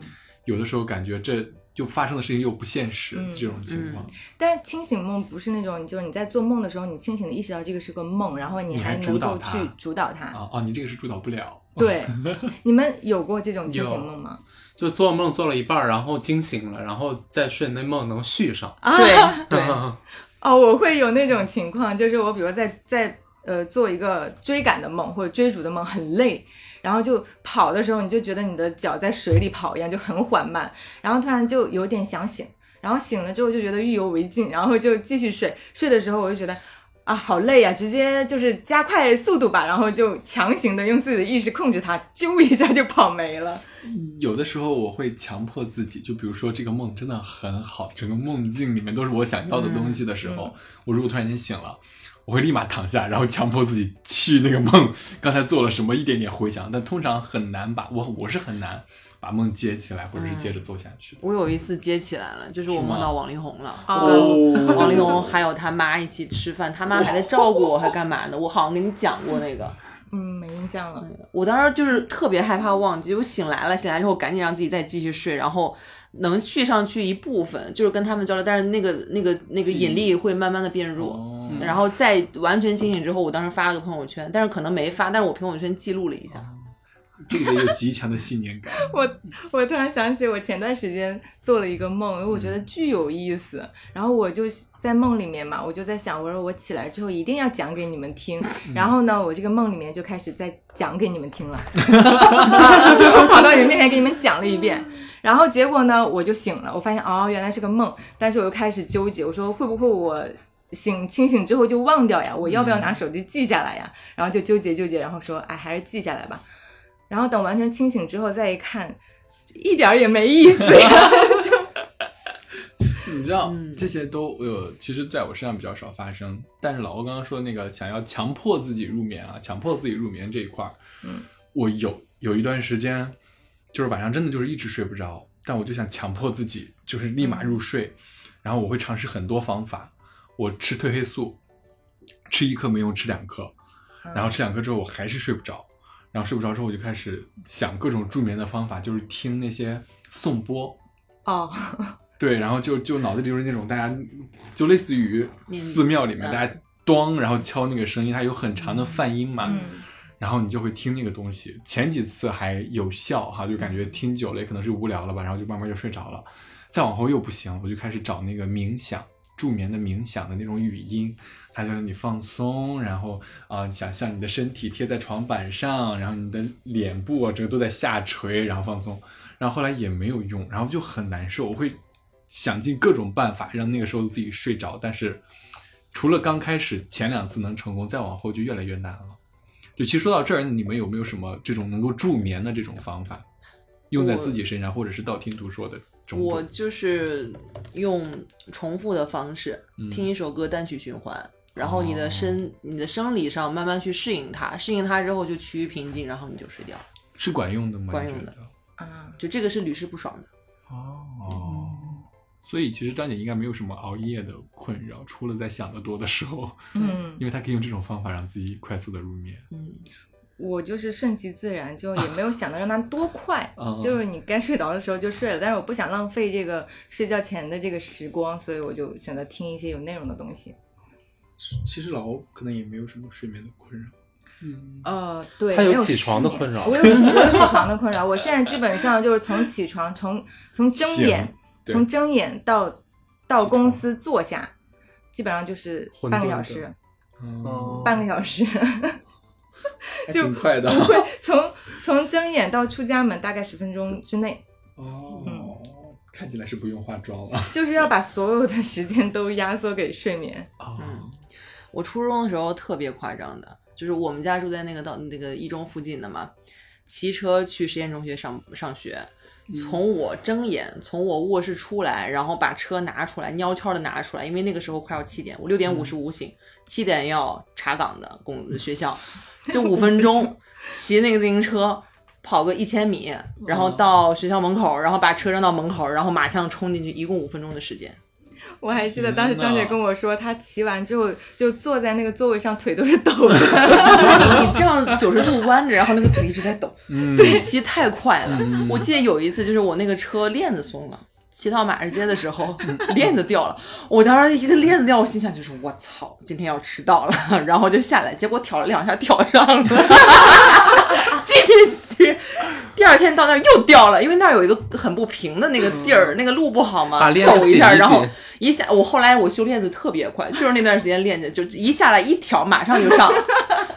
Speaker 4: 有的时候感觉这就发生的事情又不现实，
Speaker 2: 嗯
Speaker 4: 这种情况、
Speaker 2: 但是清醒梦不是那种，就是你在做梦的时候，你清醒的意识到这个是个梦，然后你
Speaker 4: 你还
Speaker 2: 还
Speaker 4: 主
Speaker 2: 能
Speaker 4: 导
Speaker 2: 够
Speaker 4: 它
Speaker 2: 去主导它。
Speaker 4: 啊哦，你这个是主导不了，
Speaker 2: 对，你们有过这种清
Speaker 1: 有
Speaker 2: 醒梦吗？
Speaker 1: 就做梦做了一半儿，然后惊醒了，然后再顺那梦能续上。
Speaker 2: 啊
Speaker 3: 对 对，
Speaker 2: 哦，我会有那种情况，就是我比如在在呃做一个追赶的梦或者追逐的梦，很累，然后就跑的时候，你就觉得你的脚在水里跑一样，就很缓慢，然后突然就有点想醒，然后醒了之后就觉得意犹未尽，然后就继续睡，睡的时候我就觉得。啊，好累呀、直接就是加快速度吧，然后就强行的用自己的意识控制它，揪一下就跑没了。
Speaker 4: 有的时候我会强迫自己，就比如说这个梦真的很好，整个梦境里面都是我想要的东西的时候，
Speaker 2: 嗯
Speaker 4: 我如果突然间醒了，我会立马躺下，然后强迫自己去那个梦刚才做了什么，一点点回想。但通常很难把我我是很难把梦接起来，或者是接着做下去的。
Speaker 3: 我有一次接起来了，就是我
Speaker 4: 是吗
Speaker 3: 梦到王力宏了，
Speaker 2: 哦
Speaker 3: 我跟王力宏还有他妈一起吃饭，他妈还在照顾我，还干嘛呢？ 我好像跟你讲过那个，
Speaker 2: 嗯，没印象了。
Speaker 3: 我当时就是特别害怕忘记，我醒来了，醒来之后赶紧让自己再继续睡，然后能续上去一部分，就是跟他们交流，但是那个那个那个
Speaker 4: 记忆
Speaker 3: 引力会慢慢的变弱。
Speaker 4: 哦
Speaker 3: 然后在完全清醒之后，我当时发了个朋友圈，但是可能没发，但是我朋友圈记录了一下。
Speaker 4: 这个也有极强的信念感。
Speaker 2: 我我突然想起，我前段时间做了一个梦，我觉得巨有意思。然后我就在梦里面嘛，我就在想，我说我起来之后一定要讲给你们听。 然后呢，我这个梦里面就开始在讲给你们听了，就跑到你们面前给你们讲了一遍。 然后结果呢，我就醒了，我发现哦，原来是个梦。但是我又开始纠结，我说会不会我。醒清醒之后就忘掉呀，我要不要拿手机记下来呀？然后就纠结纠结，然后说，哎，还是记下来吧。然后等完全清醒之后再一看，一点儿也没意思呀。嗯
Speaker 4: 你知道、
Speaker 3: 嗯
Speaker 4: 这些都呃，其实在我身上比较少发生。但是老欧刚刚说的那个想要强迫自己入眠啊，强迫自己入眠这一块儿，
Speaker 2: 嗯，
Speaker 4: 我有有一段时间，就是晚上真的就是一直睡不着，但我就想强迫自己，就是立马入睡。然后我会尝试很多方法，我吃褪黑素，吃一颗没用，吃两颗，
Speaker 2: 嗯
Speaker 4: 然后吃两颗之后我还是睡不着，然后睡不着之后我就开始想各种助眠的方法，就是听那些颂钵。
Speaker 2: 哦，
Speaker 4: 对，然后就就脑子里就是那种大家，就类似于
Speaker 3: 念
Speaker 4: 寺庙里面
Speaker 3: 嗯
Speaker 4: 大家咚，然后敲那个声音，它有很长的泛音嘛，
Speaker 2: 嗯
Speaker 4: 然后你就会听那个东西。前几次还有效哈，就感觉听久了也可能是无聊了吧，然后就慢慢就睡着了。再往后又不行，我就开始找那个冥想。助眠的冥想的那种语音，它就让你放松，然后啊、呃想象你的身体贴在床板上，然后你的脸部啊，整个都在下垂，然后放松。然后后来也没有用，然后就很难受。我会想尽各种办法让那个时候自己睡着，但是除了刚开始前两次能成功，再往后就越来越难了。就其实说到这儿，你们有没有什么这种能够助眠的这种方法，用在自己身上，或者是道听途说的种种？
Speaker 3: 我就是用重复的方式
Speaker 4: 嗯
Speaker 3: 听一首歌单曲循环，然后你的身、你的生理上慢慢去适应它，适应它之后就趋于平静，然后你就睡掉了。
Speaker 4: 是管用的吗？
Speaker 3: 管
Speaker 4: 你觉
Speaker 3: 用的
Speaker 4: 得
Speaker 2: 啊，
Speaker 3: 就这个是屡试不爽的。
Speaker 4: 哦。所以其实张姐应该没有什么熬夜的困扰，除了在想得多的时候，
Speaker 2: 嗯
Speaker 4: 因，为她可以用这种方法让自己快速的入眠。
Speaker 3: 嗯，
Speaker 2: 我就是顺其自然，就也没有想到让它多快
Speaker 1: 哦
Speaker 4: 嗯，
Speaker 2: 就是你该睡着的时候就睡了，但是我不想浪费这个睡觉前的这个时光，所以我就选择听一些有内容的东西。
Speaker 4: 其实老欧可能也没有什么睡眠的困扰。嗯，
Speaker 2: 呃，对，
Speaker 1: 他有
Speaker 2: 没
Speaker 1: 起
Speaker 2: 失
Speaker 1: 床的
Speaker 2: 眠
Speaker 1: 困扰
Speaker 2: 我有起我有起床的困扰。我现在基本上就是从起床，从从睁
Speaker 4: 醒
Speaker 2: 眼，
Speaker 4: 对
Speaker 2: 从睁眼到到
Speaker 4: 起
Speaker 2: 公
Speaker 4: 床
Speaker 2: 司坐下，基本上就是
Speaker 1: 混
Speaker 2: 半个
Speaker 1: 沌
Speaker 2: 小
Speaker 1: 的
Speaker 2: 时，
Speaker 1: 哦
Speaker 2: 半个 小时。
Speaker 4: 嗯还
Speaker 2: 就
Speaker 4: 挺快的。
Speaker 2: 会从从睁眼到出家门大概十分钟之内，
Speaker 4: 哦，看起来是不用化妆了。
Speaker 2: 就是要把所有的时间都压缩给睡眠。
Speaker 4: 哦，
Speaker 3: 我初中的时候特别夸张的，就是我们家住在那个到那个一中附近的嘛，骑车去实验中学上上学。从我睁眼，从我卧室出来，然后把车拿出来，悄悄的拿出来，因为那个时候快要七点，我六点五十五醒，七点要查岗的公学校，就五分钟，骑那个自行车跑个一千米，然后到学校门口，然后把车扔到门口，然后马上冲进去，一共五分钟的时间。
Speaker 2: 我还记得
Speaker 4: 天
Speaker 2: 当时张姐
Speaker 4: 呐
Speaker 2: 跟我说，她骑完之后就坐在那个座位上，腿都是抖 的。
Speaker 3: 就是你你这样九十度弯着，然后那个腿一直在抖，
Speaker 4: 嗯
Speaker 3: 对，骑太快了。
Speaker 1: 嗯
Speaker 3: 我记得有一次，就是我那个车链子松了。骑到马日街的时候，链子掉了。我当时一个链子掉，我心想就是我操，今天要迟到了。 然后就下来，结果挑了两下，挑上了， 继续骑。第二天到那儿又掉了，因为那儿有一个很不平的那个地儿，那个路不好嘛，
Speaker 1: 嗯把链子
Speaker 3: 抖一下，
Speaker 1: 紧一
Speaker 3: 然后
Speaker 1: 紧
Speaker 3: 一下。我后来我修链子特别快，就是那段时间链子就一下来一挑，马上就上了。
Speaker 1: 啊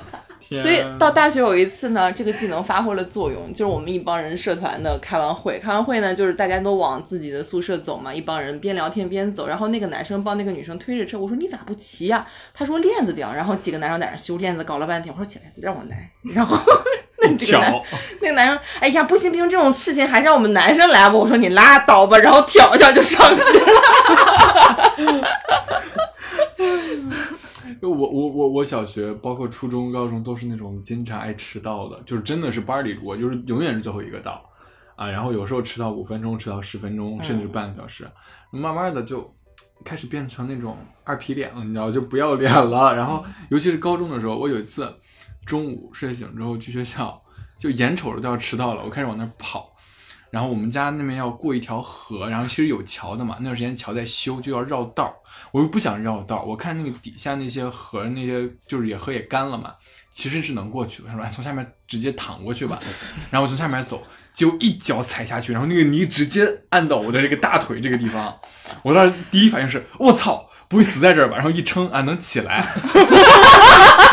Speaker 3: 所以到大学有一次呢，这个技能发挥了作用，就是我们一帮人社团的开完会，开完会呢，就是大家都往自己的宿舍走嘛，一帮人边聊天边走，然后那个男生帮那个女生推着车，我说你咋不骑呀、他说链子掉，然后几个男生在那儿修链子，搞了半天，我说起来让我来，然后那几个男
Speaker 4: 挑
Speaker 3: 那个男生，哎呀不行不行，这种事情还让我们男生来吧，我说你拉倒吧，然后挑一下就上去了，
Speaker 4: 我我我我小学包括初中、高中都是那种经常爱迟到的，就是真的是班里我就是永远是最后一个到啊，然后有时候迟到五分钟，迟到十分钟，甚至半个小时，慢慢的就开始变成那种二皮脸了，你知道就不要脸了。然后尤其是高中的时候，我有一次中午睡醒之后去学校，就眼瞅着就要迟到了，我开始往那儿跑。然后我们家那边要过一条河，然后其实有桥的嘛，那段时间桥在修，就要绕道儿。我又不想绕道儿，我看那个底下那些河，那些就是也河也干了嘛，其实是能过去的。他说哎从下面直接躺过去吧，然后我从下面走，结果一脚踩下去，然后那个泥直接按到我的这个大腿这个地方，我当时第一反应是我操，不会死在这儿吧？然后一撑啊能起来，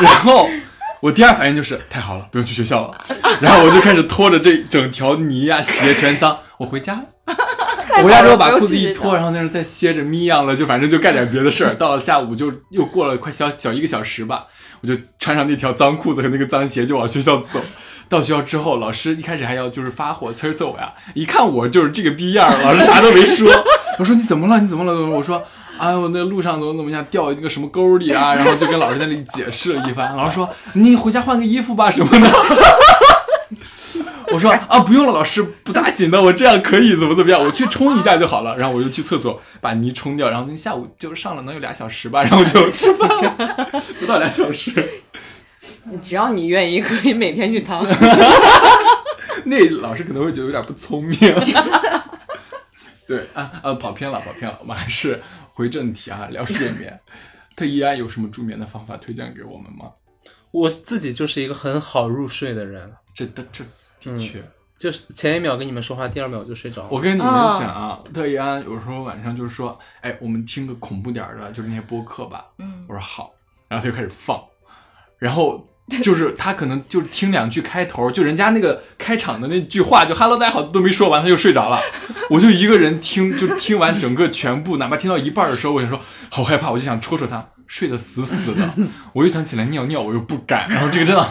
Speaker 4: 然后。我第二反应就是太好了，不用去学校了。然后我就开始拖着这整条泥呀、鞋全脏，我回家我回家之后把裤子一脱，然后在那儿再歇着眯样了，就反正就干点别的事儿。到了下午就又过了快小小一个小时吧，我就穿上那条脏裤子和那个脏鞋就往学校走。到学校之后，老师一开始还要就是发火呲儿呲我呀，一看我就是这个逼样儿，老师啥都没说。 我说你怎么了？你怎么了？我说啊，我那路上怎么怎么样掉一个什么沟里啊，然后就跟老师在那里解释了一番。老师说你回家换个衣服吧什么的。 我说啊，不用了，老师，不打紧的，我这样可以，怎么怎么样，我去冲一下就好了。然后我就去厕所把泥冲掉，然后那下午就上了能有俩小时吧，然后就吃饭了， 不到俩小时。
Speaker 3: 只要你愿意，可以每天去 趟。
Speaker 4: 那老师可能会觉得有点不聪明。对啊啊，跑偏了，跑偏了，我们还是回正题啊，聊睡眠。特一安有什么助眠的方法推荐给我们吗？
Speaker 1: 我自己就是一个很好入睡的人，
Speaker 4: 这的这
Speaker 1: 嗯
Speaker 4: 的确，
Speaker 1: 就是前一秒跟你们说话，第二秒就睡着了。
Speaker 4: 嗯我跟你们讲啊，特一安有时候晚上就是说，哎，我们听个恐怖点儿的，就是那些播客吧。
Speaker 2: 嗯
Speaker 4: 我，说好，然后他就开始放，然后就是他可能就听两句开头，就人家那个开场的那句话，就 “hello 大家好”都没说完，他就睡着了。我就一个人听，就听完整个全部，哪怕听到一半的时候，我就说好害怕，我就想戳戳他，睡得死死的，我又想起来尿尿，我又不敢，然后这个真的。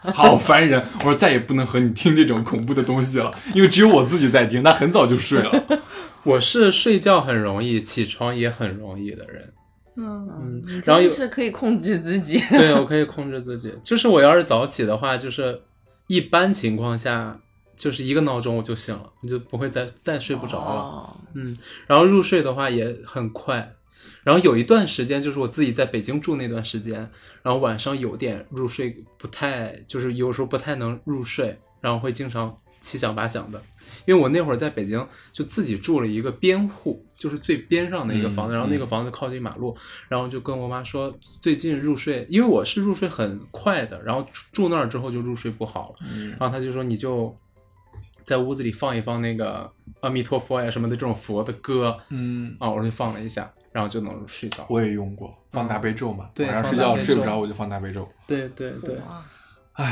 Speaker 4: 好烦人！我说再也不能和你听这种恐怖的东西了，因为只有我自己在听，他很早就睡 了。
Speaker 1: 我是睡觉很容易，起床也很容易的人。
Speaker 3: 嗯，你
Speaker 1: 然后
Speaker 3: 真
Speaker 1: 有
Speaker 3: 是可以控制自己。
Speaker 1: 对，我可以控制自己。就是我要是早起的话，就是一般情况下，就是一个闹钟我就醒了，我就不会再再睡不着了。
Speaker 3: 哦
Speaker 1: 嗯，然后入睡的话也很快。然后有一段时间，就是我自己在北京住那段时间，然后晚上有点入睡不太，就是有时候不太能入睡，然后会经常七想八想的。因为我那会儿在北京就自己住了一个边户，就是最边上的一个房子，
Speaker 4: 嗯
Speaker 1: 然后那个
Speaker 4: 嗯
Speaker 1: 房子靠近马路，然后就跟我妈说最近入睡，因为我是入睡很快的，然后住那儿之后就入睡不好了，
Speaker 4: 嗯
Speaker 1: 然后他就说你就在屋子里放一放那个阿弥陀佛呀什么的这种佛的歌
Speaker 4: 嗯，
Speaker 1: 啊，我就放了一下，然后就能睡着。
Speaker 4: 我也用过放大悲咒嘛，
Speaker 1: 对
Speaker 4: 晚上
Speaker 1: 放
Speaker 4: 睡
Speaker 1: 大
Speaker 4: 觉
Speaker 1: 悲
Speaker 4: 睡不
Speaker 1: 咒
Speaker 4: 着我就放大悲咒。
Speaker 1: 对对对，
Speaker 2: 哇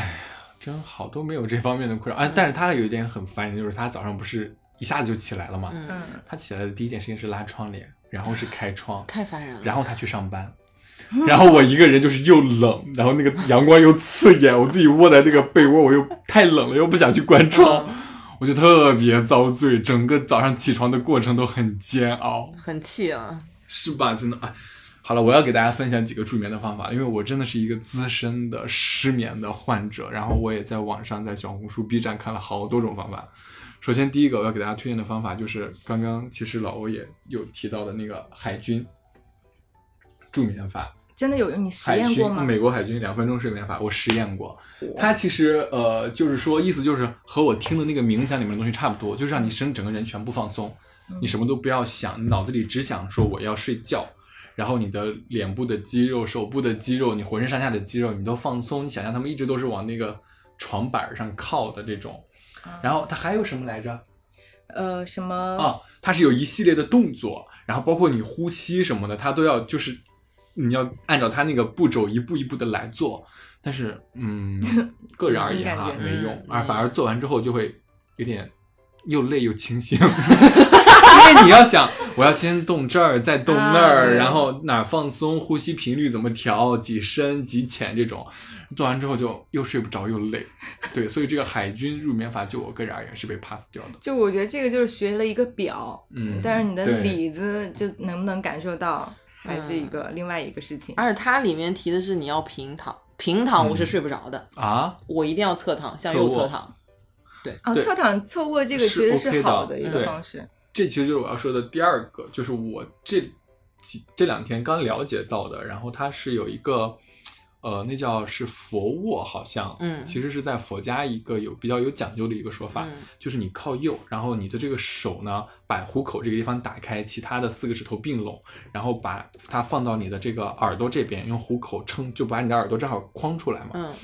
Speaker 4: 真好，都没有这方面的困扰。哎，但是他有一点很烦人，就是他早上不是一下子就起来了嘛，
Speaker 3: 嗯，
Speaker 2: 嗯，
Speaker 4: 他起来的第一件事情是拉窗帘，然后是开窗，
Speaker 3: 太烦人了。
Speaker 4: 然后他去上班。然后我一个人就是又冷，然后那个阳光又刺眼，我自己窝在那个被窝，我又太冷了，又不想去关窗，我就特别遭罪，整个早上起床的过程都很煎熬，
Speaker 3: 很气啊！
Speaker 4: 是吧？真的啊。哎好了，我要给大家分享几个助眠的方法，因为我真的是一个资深的失眠的患者，然后我也在网上、在小红书、B 站看了好多种方法。首先，第一个我要给大家推荐的方法就是刚刚其实老欧也有提到的那个海军助眠法，
Speaker 2: 真的有用？你实
Speaker 4: 海
Speaker 2: 验过
Speaker 4: 军
Speaker 2: 吗？
Speaker 4: 美国海军两分钟睡眠法，我实验过。它其实呃，就是说意思就是和我听的那个冥想里面的东西差不多，就是让你身整个人全部放松，
Speaker 2: 嗯
Speaker 4: 你什么都不要想，你脑子里只想说我要睡觉。然后你的脸部的肌肉、手部的肌肉、你浑身上下的肌肉，你都放松。你想象他们一直都是往那个床板上靠的这种。
Speaker 2: 啊
Speaker 4: 然后它还有什么来着？
Speaker 2: 呃，什么？
Speaker 4: 啊，它是有一系列的动作，然后包括你呼吸什么的，它都要就是你要按照它那个步骤一步一步的来做。但是， 嗯，个人而言哈、
Speaker 2: 感觉
Speaker 4: 没用
Speaker 3: 嗯，
Speaker 4: 而
Speaker 3: 嗯
Speaker 4: 反而做完之后就会有点又累又清 醒，因为你要想，我要先动这儿，再动那
Speaker 3: 啊
Speaker 4: 儿，然后哪儿放松，呼吸频率怎么调，几深几浅这种，做完之后就又睡不着又累。对，所以这个海军入眠法，就我个人而言是被 pass 掉的。
Speaker 2: 就我觉得这个就是学了一个表，
Speaker 4: 嗯
Speaker 2: 但是你的
Speaker 4: 对
Speaker 2: 里子就能不能感受到，还是一个、
Speaker 4: 嗯
Speaker 2: 另外一个事情。
Speaker 3: 而且它里面提的是你要平躺，平躺我是睡不着的，
Speaker 4: 啊，
Speaker 3: 我一定要侧躺，向右侧躺。
Speaker 2: 啊，
Speaker 4: 对
Speaker 2: 侧躺侧卧这个其
Speaker 4: 是
Speaker 2: 实
Speaker 4: OK
Speaker 2: 是
Speaker 4: 的
Speaker 2: 好的一个
Speaker 4: 对
Speaker 2: 方式。
Speaker 4: 这其实就是我要说的第二个，就是我这几这两天刚了解到的。然后它是有一个，呃，那叫是佛卧，好像，
Speaker 3: 嗯
Speaker 4: 其实是在佛家一个有比较有讲究的一个说法，
Speaker 3: 嗯
Speaker 4: 就是你靠右，然后你的这个手呢，把虎口这个地方打开，其他的四个指头并拢，然后把它放到你的这个耳朵这边，用虎口撑，就把你的耳朵正好框出来嘛。
Speaker 3: 嗯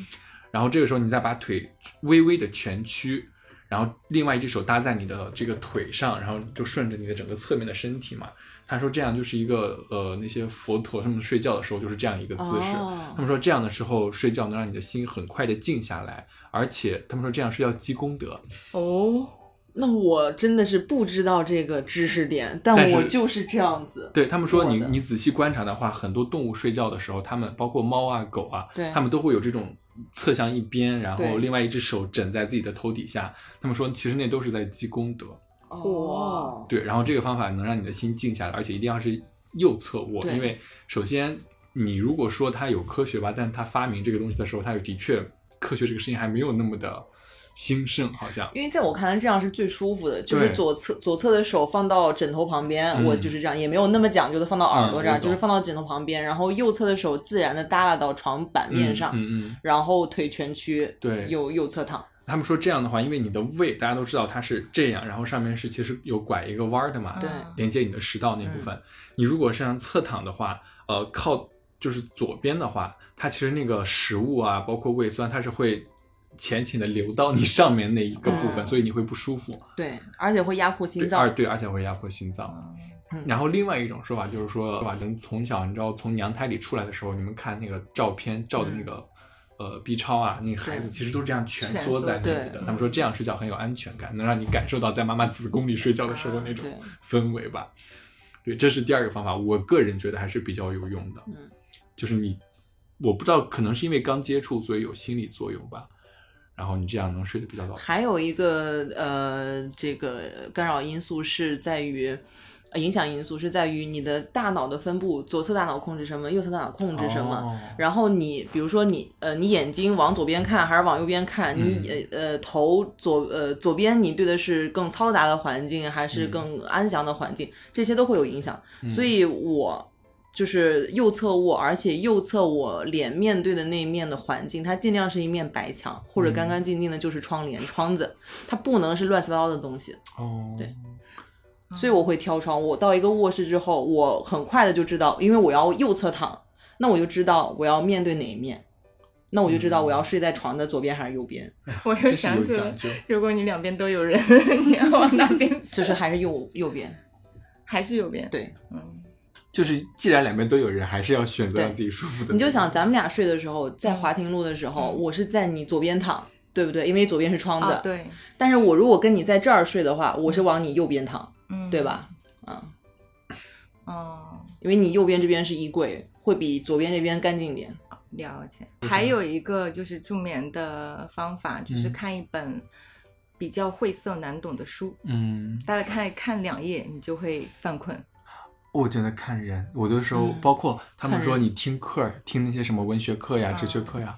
Speaker 4: 然后这个时候你再把腿微微的蜷曲，然后另外一只手搭在你的这个腿上，然后就顺着你的整个侧面的身体嘛。他说这样就是一个呃那些佛陀他们睡觉的时候就是这样一个姿势。嗯
Speaker 3: 哦
Speaker 4: 他们说这样的时候睡觉能让你的心很快的静下来，而且他们说这样睡觉积功德。
Speaker 2: 哦，
Speaker 3: 那我真的是不知道这个知识点，
Speaker 4: 但
Speaker 3: 但
Speaker 4: 是
Speaker 3: 我就是这样子。
Speaker 4: 对他们说
Speaker 3: 我
Speaker 4: 你
Speaker 3: 的
Speaker 4: 你仔细观察的话，很多动物睡觉的时候，它们包括猫啊狗啊
Speaker 3: 对，
Speaker 4: 它们都会有这种侧向一边，然后
Speaker 3: 对
Speaker 4: 另外一只手枕在自己的头底下。他们说其实那都是在积功德。
Speaker 3: 哦，
Speaker 4: 对，然后这个方法能让你的心静下来，而且一定要是右侧卧，
Speaker 3: 对
Speaker 4: 因为首先你如果说它有科学吧，但它发明这个东西的时候，它有的确科学这个事情还没有那么的兴盛，好像。
Speaker 3: 因为在我看来，这样是最舒服的，就是
Speaker 4: 对
Speaker 3: 左侧左侧的手放到枕头旁边，
Speaker 4: 嗯
Speaker 3: 我就是这样，也没有那么讲究的放到耳朵这
Speaker 4: 嗯
Speaker 3: 样，
Speaker 4: 我懂
Speaker 3: 就是放到枕头旁边，然后右侧的手自然的耷拉到床板面上，
Speaker 4: 嗯嗯嗯，
Speaker 3: 然后腿蜷曲，
Speaker 4: 对
Speaker 3: 右右侧躺，
Speaker 4: 他们说这样的话，因为你的胃大家都知道它是这样，然后上面是其实有拐一个弯儿的嘛，
Speaker 3: 对
Speaker 2: 啊
Speaker 4: 连接你的食道那部
Speaker 3: 嗯
Speaker 4: 分。你如果是让侧躺的话，呃，靠就是左边的话，它其实那个食物啊，包括胃酸，它是会浅浅的流到你上面那一个部分，
Speaker 3: 嗯
Speaker 4: 所以你会不舒服。
Speaker 3: 对，而且会压迫心
Speaker 4: 对，
Speaker 3: 脏
Speaker 4: 而，对，而且会压迫心脏。
Speaker 3: 嗯
Speaker 4: 然后另外一种说法就是说，说法人从小你知道从娘胎里出来的时候，你们看那个照片照的那个、呃 B 超啊，那个孩子
Speaker 3: 嗯对
Speaker 4: 其实都是这样蜷
Speaker 2: 蜷
Speaker 4: 缩
Speaker 2: 缩
Speaker 4: 在那里
Speaker 3: 对
Speaker 4: 的。他们说这样睡觉很有安全感，能让你感受到在妈妈子宫里睡觉的时候那种
Speaker 3: 对
Speaker 4: 氛围吧。对，这是第二个方法，我个人觉得还是比较有用的。
Speaker 3: 嗯
Speaker 1: 就是你，我不知道，可能是因为刚接触，所以有心理作用吧。然后你这样能睡得比较早。
Speaker 3: 还有一个呃，这个干扰因素是在于。呃影响因素是在于你的大脑的分布，左侧大脑控制什么，右侧大脑控制什么。
Speaker 1: 哦
Speaker 3: 然后你比如说你呃，你眼睛往左边看还是往右边看？你呃呃头左呃左边你对的是更嘈杂的环境还是
Speaker 1: 嗯
Speaker 3: 更安详的环境？这些都会有影响。所以我就是右侧卧，而且右侧我脸面对的那一面的环境，它尽量是一面白墙，或者
Speaker 1: 嗯
Speaker 3: 干干净净的就是窗帘、窗子，它不能是乱七八糟的东西。
Speaker 1: 哦，
Speaker 3: 对，
Speaker 2: 嗯
Speaker 3: 所以我会挑窗。我到一个卧室之后，我很快的就知道，因为我要右侧躺，那我就知道我要面对哪一面，那我就知道我要睡在床的左边还是右
Speaker 2: 嗯
Speaker 3: 边，
Speaker 2: 我又
Speaker 1: 这是
Speaker 2: 想
Speaker 1: 有
Speaker 2: 起
Speaker 1: 讲
Speaker 2: 了，
Speaker 1: 究。
Speaker 2: 如果你两边都有人， 你要往哪边走？
Speaker 3: 就是还是右右边。
Speaker 2: 还是右边？，
Speaker 3: 对，
Speaker 2: 嗯，
Speaker 1: 就是既然两边都有人，还是要选择
Speaker 3: 对
Speaker 1: 让自己舒服的。
Speaker 3: 你就想咱们俩睡的时候，在华庭路的时候，
Speaker 2: 嗯
Speaker 3: 我是在你左边躺，对不对？因为左边是窗子。
Speaker 2: 啊，。对，
Speaker 3: 但是我如果跟你在这儿睡的话，我是往你右边躺，
Speaker 2: 嗯，
Speaker 3: 对？吧？啊，
Speaker 2: 哦，
Speaker 3: 因为你右边这边是衣柜，会比左边这边干净一
Speaker 2: 嗯
Speaker 3: 点。
Speaker 2: 了解。还有一个就是助眠的方法，就是
Speaker 1: 嗯
Speaker 2: 看一本比较晦涩难懂的书，
Speaker 1: 嗯，
Speaker 2: 大概看看两页，你就会犯困。
Speaker 1: 我觉得看人，有的时候、
Speaker 3: 嗯
Speaker 1: 包括他们
Speaker 3: 看
Speaker 1: 说
Speaker 3: 人
Speaker 1: 你听课儿，听那些什么文学课呀、
Speaker 2: 啊
Speaker 1: 哲学课呀，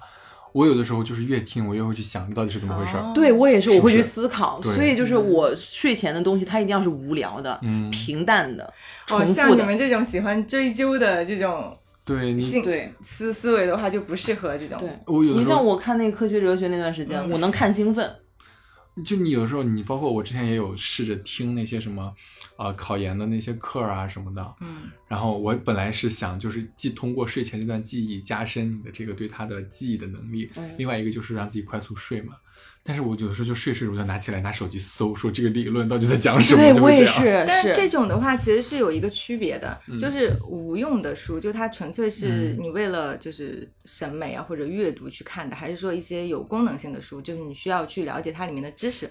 Speaker 1: 我有的时候就是越听我越会去想到底是怎么回事儿。
Speaker 2: 哦
Speaker 3: 对我也是，我
Speaker 1: 是不
Speaker 3: 会去
Speaker 1: 是
Speaker 3: 思考，
Speaker 1: 对
Speaker 3: 所以就是
Speaker 2: 嗯
Speaker 3: 我睡前的东西，它一定要是无聊的、
Speaker 1: 嗯，
Speaker 3: 平淡的、
Speaker 2: 哦，
Speaker 3: 重
Speaker 2: 像
Speaker 3: 复
Speaker 2: 你
Speaker 3: 的。
Speaker 2: 们这种喜欢追究的这种
Speaker 1: 对你，
Speaker 2: 性
Speaker 3: 对
Speaker 2: 思思维的话，就不适合这种。
Speaker 3: 对，
Speaker 1: 我有的
Speaker 3: 你
Speaker 1: 时候
Speaker 3: 像我看那个科学哲学那段时间，
Speaker 2: 嗯
Speaker 3: 我能看兴奋，
Speaker 1: 就你有时候你包括我之前也有试着听那些什么，呃，考研的那些课儿啊什么的，
Speaker 2: 嗯，
Speaker 1: 然后我本来是想就是既通过睡前这段记忆加深你的这个对它的记忆的能力，
Speaker 3: 嗯
Speaker 1: 另外一个就是让自己快速睡嘛。但是我有的时候就睡睡着我就拿起来拿手机搜，说这个理论到底在讲什么，就
Speaker 3: 我
Speaker 1: 会这
Speaker 3: 也
Speaker 1: 样。
Speaker 3: 是，
Speaker 2: 但这
Speaker 3: 是
Speaker 2: 种的话其实是有一个区别的，
Speaker 1: 嗯
Speaker 2: 就是无用的书，就它纯粹是
Speaker 1: 嗯
Speaker 2: 你为了就是审美啊或者阅读去看的，还是说一些有功能性的书，就是你需要去了解它里面的知识。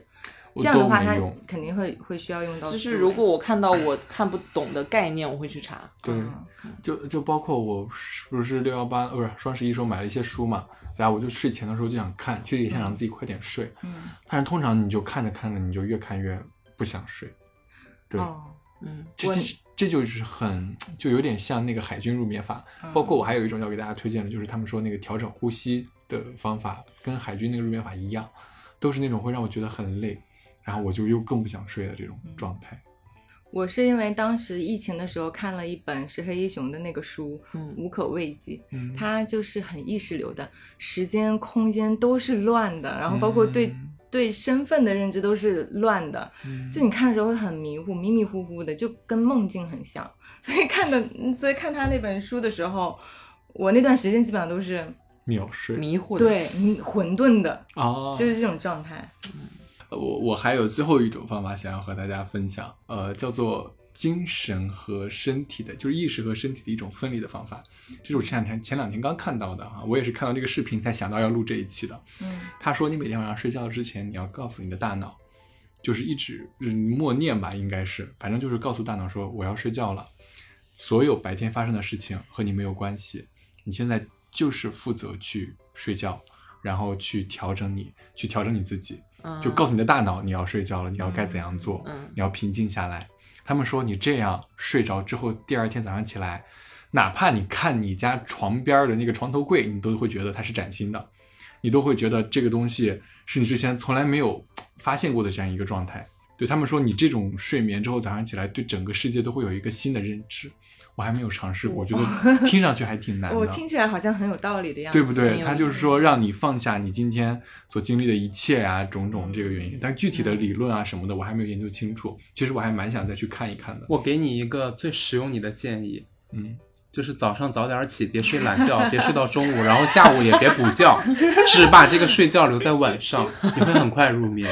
Speaker 1: 我
Speaker 2: 这样的话，
Speaker 1: 都没
Speaker 2: 它
Speaker 1: 用
Speaker 2: 肯定会会需要用到思
Speaker 3: 就
Speaker 2: 维。
Speaker 3: 是如果我看到我看不懂的概念，我会去查。
Speaker 1: 对，
Speaker 2: 嗯
Speaker 1: 就就包括我是不是六幺八呃不是双十一时候买了一些书嘛，然后我就睡前的时候就想看，其实也想让自己快点睡，
Speaker 2: 嗯
Speaker 1: 但是通常你就看着看着你就越看越不想睡，对，
Speaker 2: 哦
Speaker 3: 嗯，
Speaker 1: 这
Speaker 2: 我
Speaker 1: 这这就是很嗯就有点像那个海军入眠法，
Speaker 2: 嗯
Speaker 1: 包括我还有一种要给大家推荐的，就是他们说那个调整呼吸的方法，跟海军那个入眠法一样，都是那种会让我觉得很累，然后我就又更不想睡的这种状态。
Speaker 2: 我是因为当时疫情的时候看了一本石黑一雄的那个书，
Speaker 3: 嗯
Speaker 2: 无可慰藉。
Speaker 1: 嗯，
Speaker 2: 它就是很意识流的，时间、空间都是乱的，然后包括对、
Speaker 1: 嗯
Speaker 2: 对身份的认知都是乱的，
Speaker 1: 嗯
Speaker 2: 就你看的时候会很迷糊，迷迷糊糊的，就跟梦境很像。 所以看的，嗯所以看他那本书的时候，我那段时间基本上都是
Speaker 1: 秒 睡
Speaker 3: 迷糊的。
Speaker 2: 对嗯混沌的，
Speaker 1: 啊，
Speaker 2: 就是这种状态。
Speaker 1: 呃我我还有最后一种方法想要和大家分享，呃，叫做精神和身体的，就是意识和身体的一种分离的方法。这是我前两天前两天刚看到的啊，我也是看到这个视频才想到要录这一期的。
Speaker 2: 嗯
Speaker 1: 他说，你每天晚上睡觉之前，你要告诉你的大脑，就是一直就是默念吧，应该是，反正就是告诉大脑说我要睡觉了，所有白天发生的事情和你没有关系，你现在就是负责去睡觉，然后去调整你，去调整你自己。
Speaker 3: 嗯，
Speaker 1: 就告诉你的大脑你要睡觉了，你要该怎样做，
Speaker 3: 嗯
Speaker 1: 你要平静下来。他们说你这样睡着之后，第二天早上起来，哪怕你看你家床边儿的那个床头柜，你都会觉得它是崭新的，你都会觉得这个东西是你之前从来没有发现过的这样一个状态。对他们说，你这种睡眠之后早上起来，对整个世界都会有一个新的认知。我还没有尝试过，我觉得听上去还挺难 的。
Speaker 2: 我听起来好像很有道理的样子。
Speaker 1: 对不对？
Speaker 3: 有
Speaker 1: 他
Speaker 3: 意
Speaker 1: 就是
Speaker 3: 思
Speaker 1: 说让你放下你今天所经历的一切啊，种种这个原因。但具体的
Speaker 3: 嗯
Speaker 1: 理论啊什么的，我还没有研究清楚。其实我还蛮想再去看一看的。
Speaker 5: 我给你一个最实用你的建议，
Speaker 1: 嗯，
Speaker 5: 就是早上早点起，别睡懒觉，别睡到中午，然后下午也别补觉，只把这个睡觉留在晚上，你会很快入眠。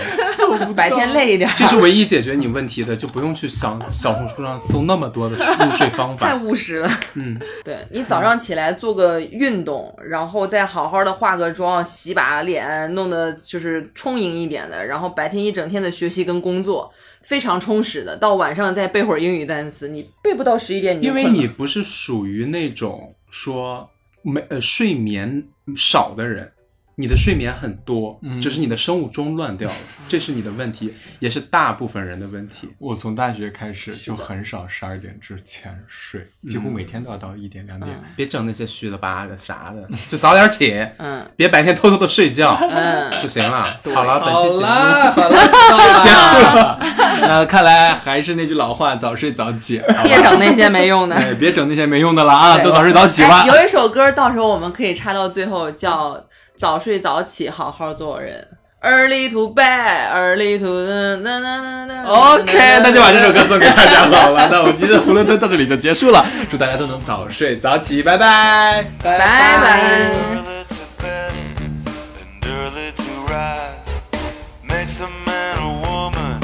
Speaker 3: 就白天累一点儿，
Speaker 5: 这是唯一解决你问题的，就不用去想小红书上搜那么多的入睡方
Speaker 3: 太
Speaker 5: 法。
Speaker 3: 务实 了。
Speaker 5: 嗯，
Speaker 3: 对你早上起来做个运动，然后再好好的化个妆、洗把脸，弄得就是充盈一点的，然后白天一整天的学习跟工作非常充实的，到晚上再背会儿英语单词，你背不到十一点你就
Speaker 5: 因为
Speaker 3: 困了
Speaker 5: 你不是属于那种说
Speaker 1: 没呃睡眠少的人，你的睡眠很多，
Speaker 4: 嗯
Speaker 1: 只是你的生物钟乱掉了，这是你的问题，也是大部分人的问题。
Speaker 4: 我从大学开始就很少十二点之前睡，几
Speaker 1: 嗯
Speaker 4: 乎每天都要到一点两点。
Speaker 3: 嗯
Speaker 1: 别整那些虚的巴的啥的，就早点起，
Speaker 3: 嗯
Speaker 1: 别白天偷偷的睡觉
Speaker 3: 嗯
Speaker 1: 就行了。
Speaker 3: 对
Speaker 1: 好了，本期节 目
Speaker 4: 好了，
Speaker 1: 结束了。
Speaker 4: 那看来还是那句老话，早睡早起，好
Speaker 3: 别
Speaker 4: 吧？
Speaker 3: 整那些没用 的。
Speaker 4: 哎，别整那些没用的了啊，
Speaker 3: 对
Speaker 4: 都早睡早起吧
Speaker 3: 哎。有一首歌，到时候我们可以插到最后，叫《早睡早起，好好做人》。Early to bed, early to 那那那那。
Speaker 4: OK，那就把这首歌送给大家好了。那我们今天的胡乱炖到这里就结束了，祝大家都能早睡早起，拜拜，拜
Speaker 3: 拜拜。
Speaker 6: Early to bed and early to rise makes a man a woman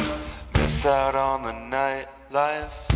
Speaker 6: miss out on the night life.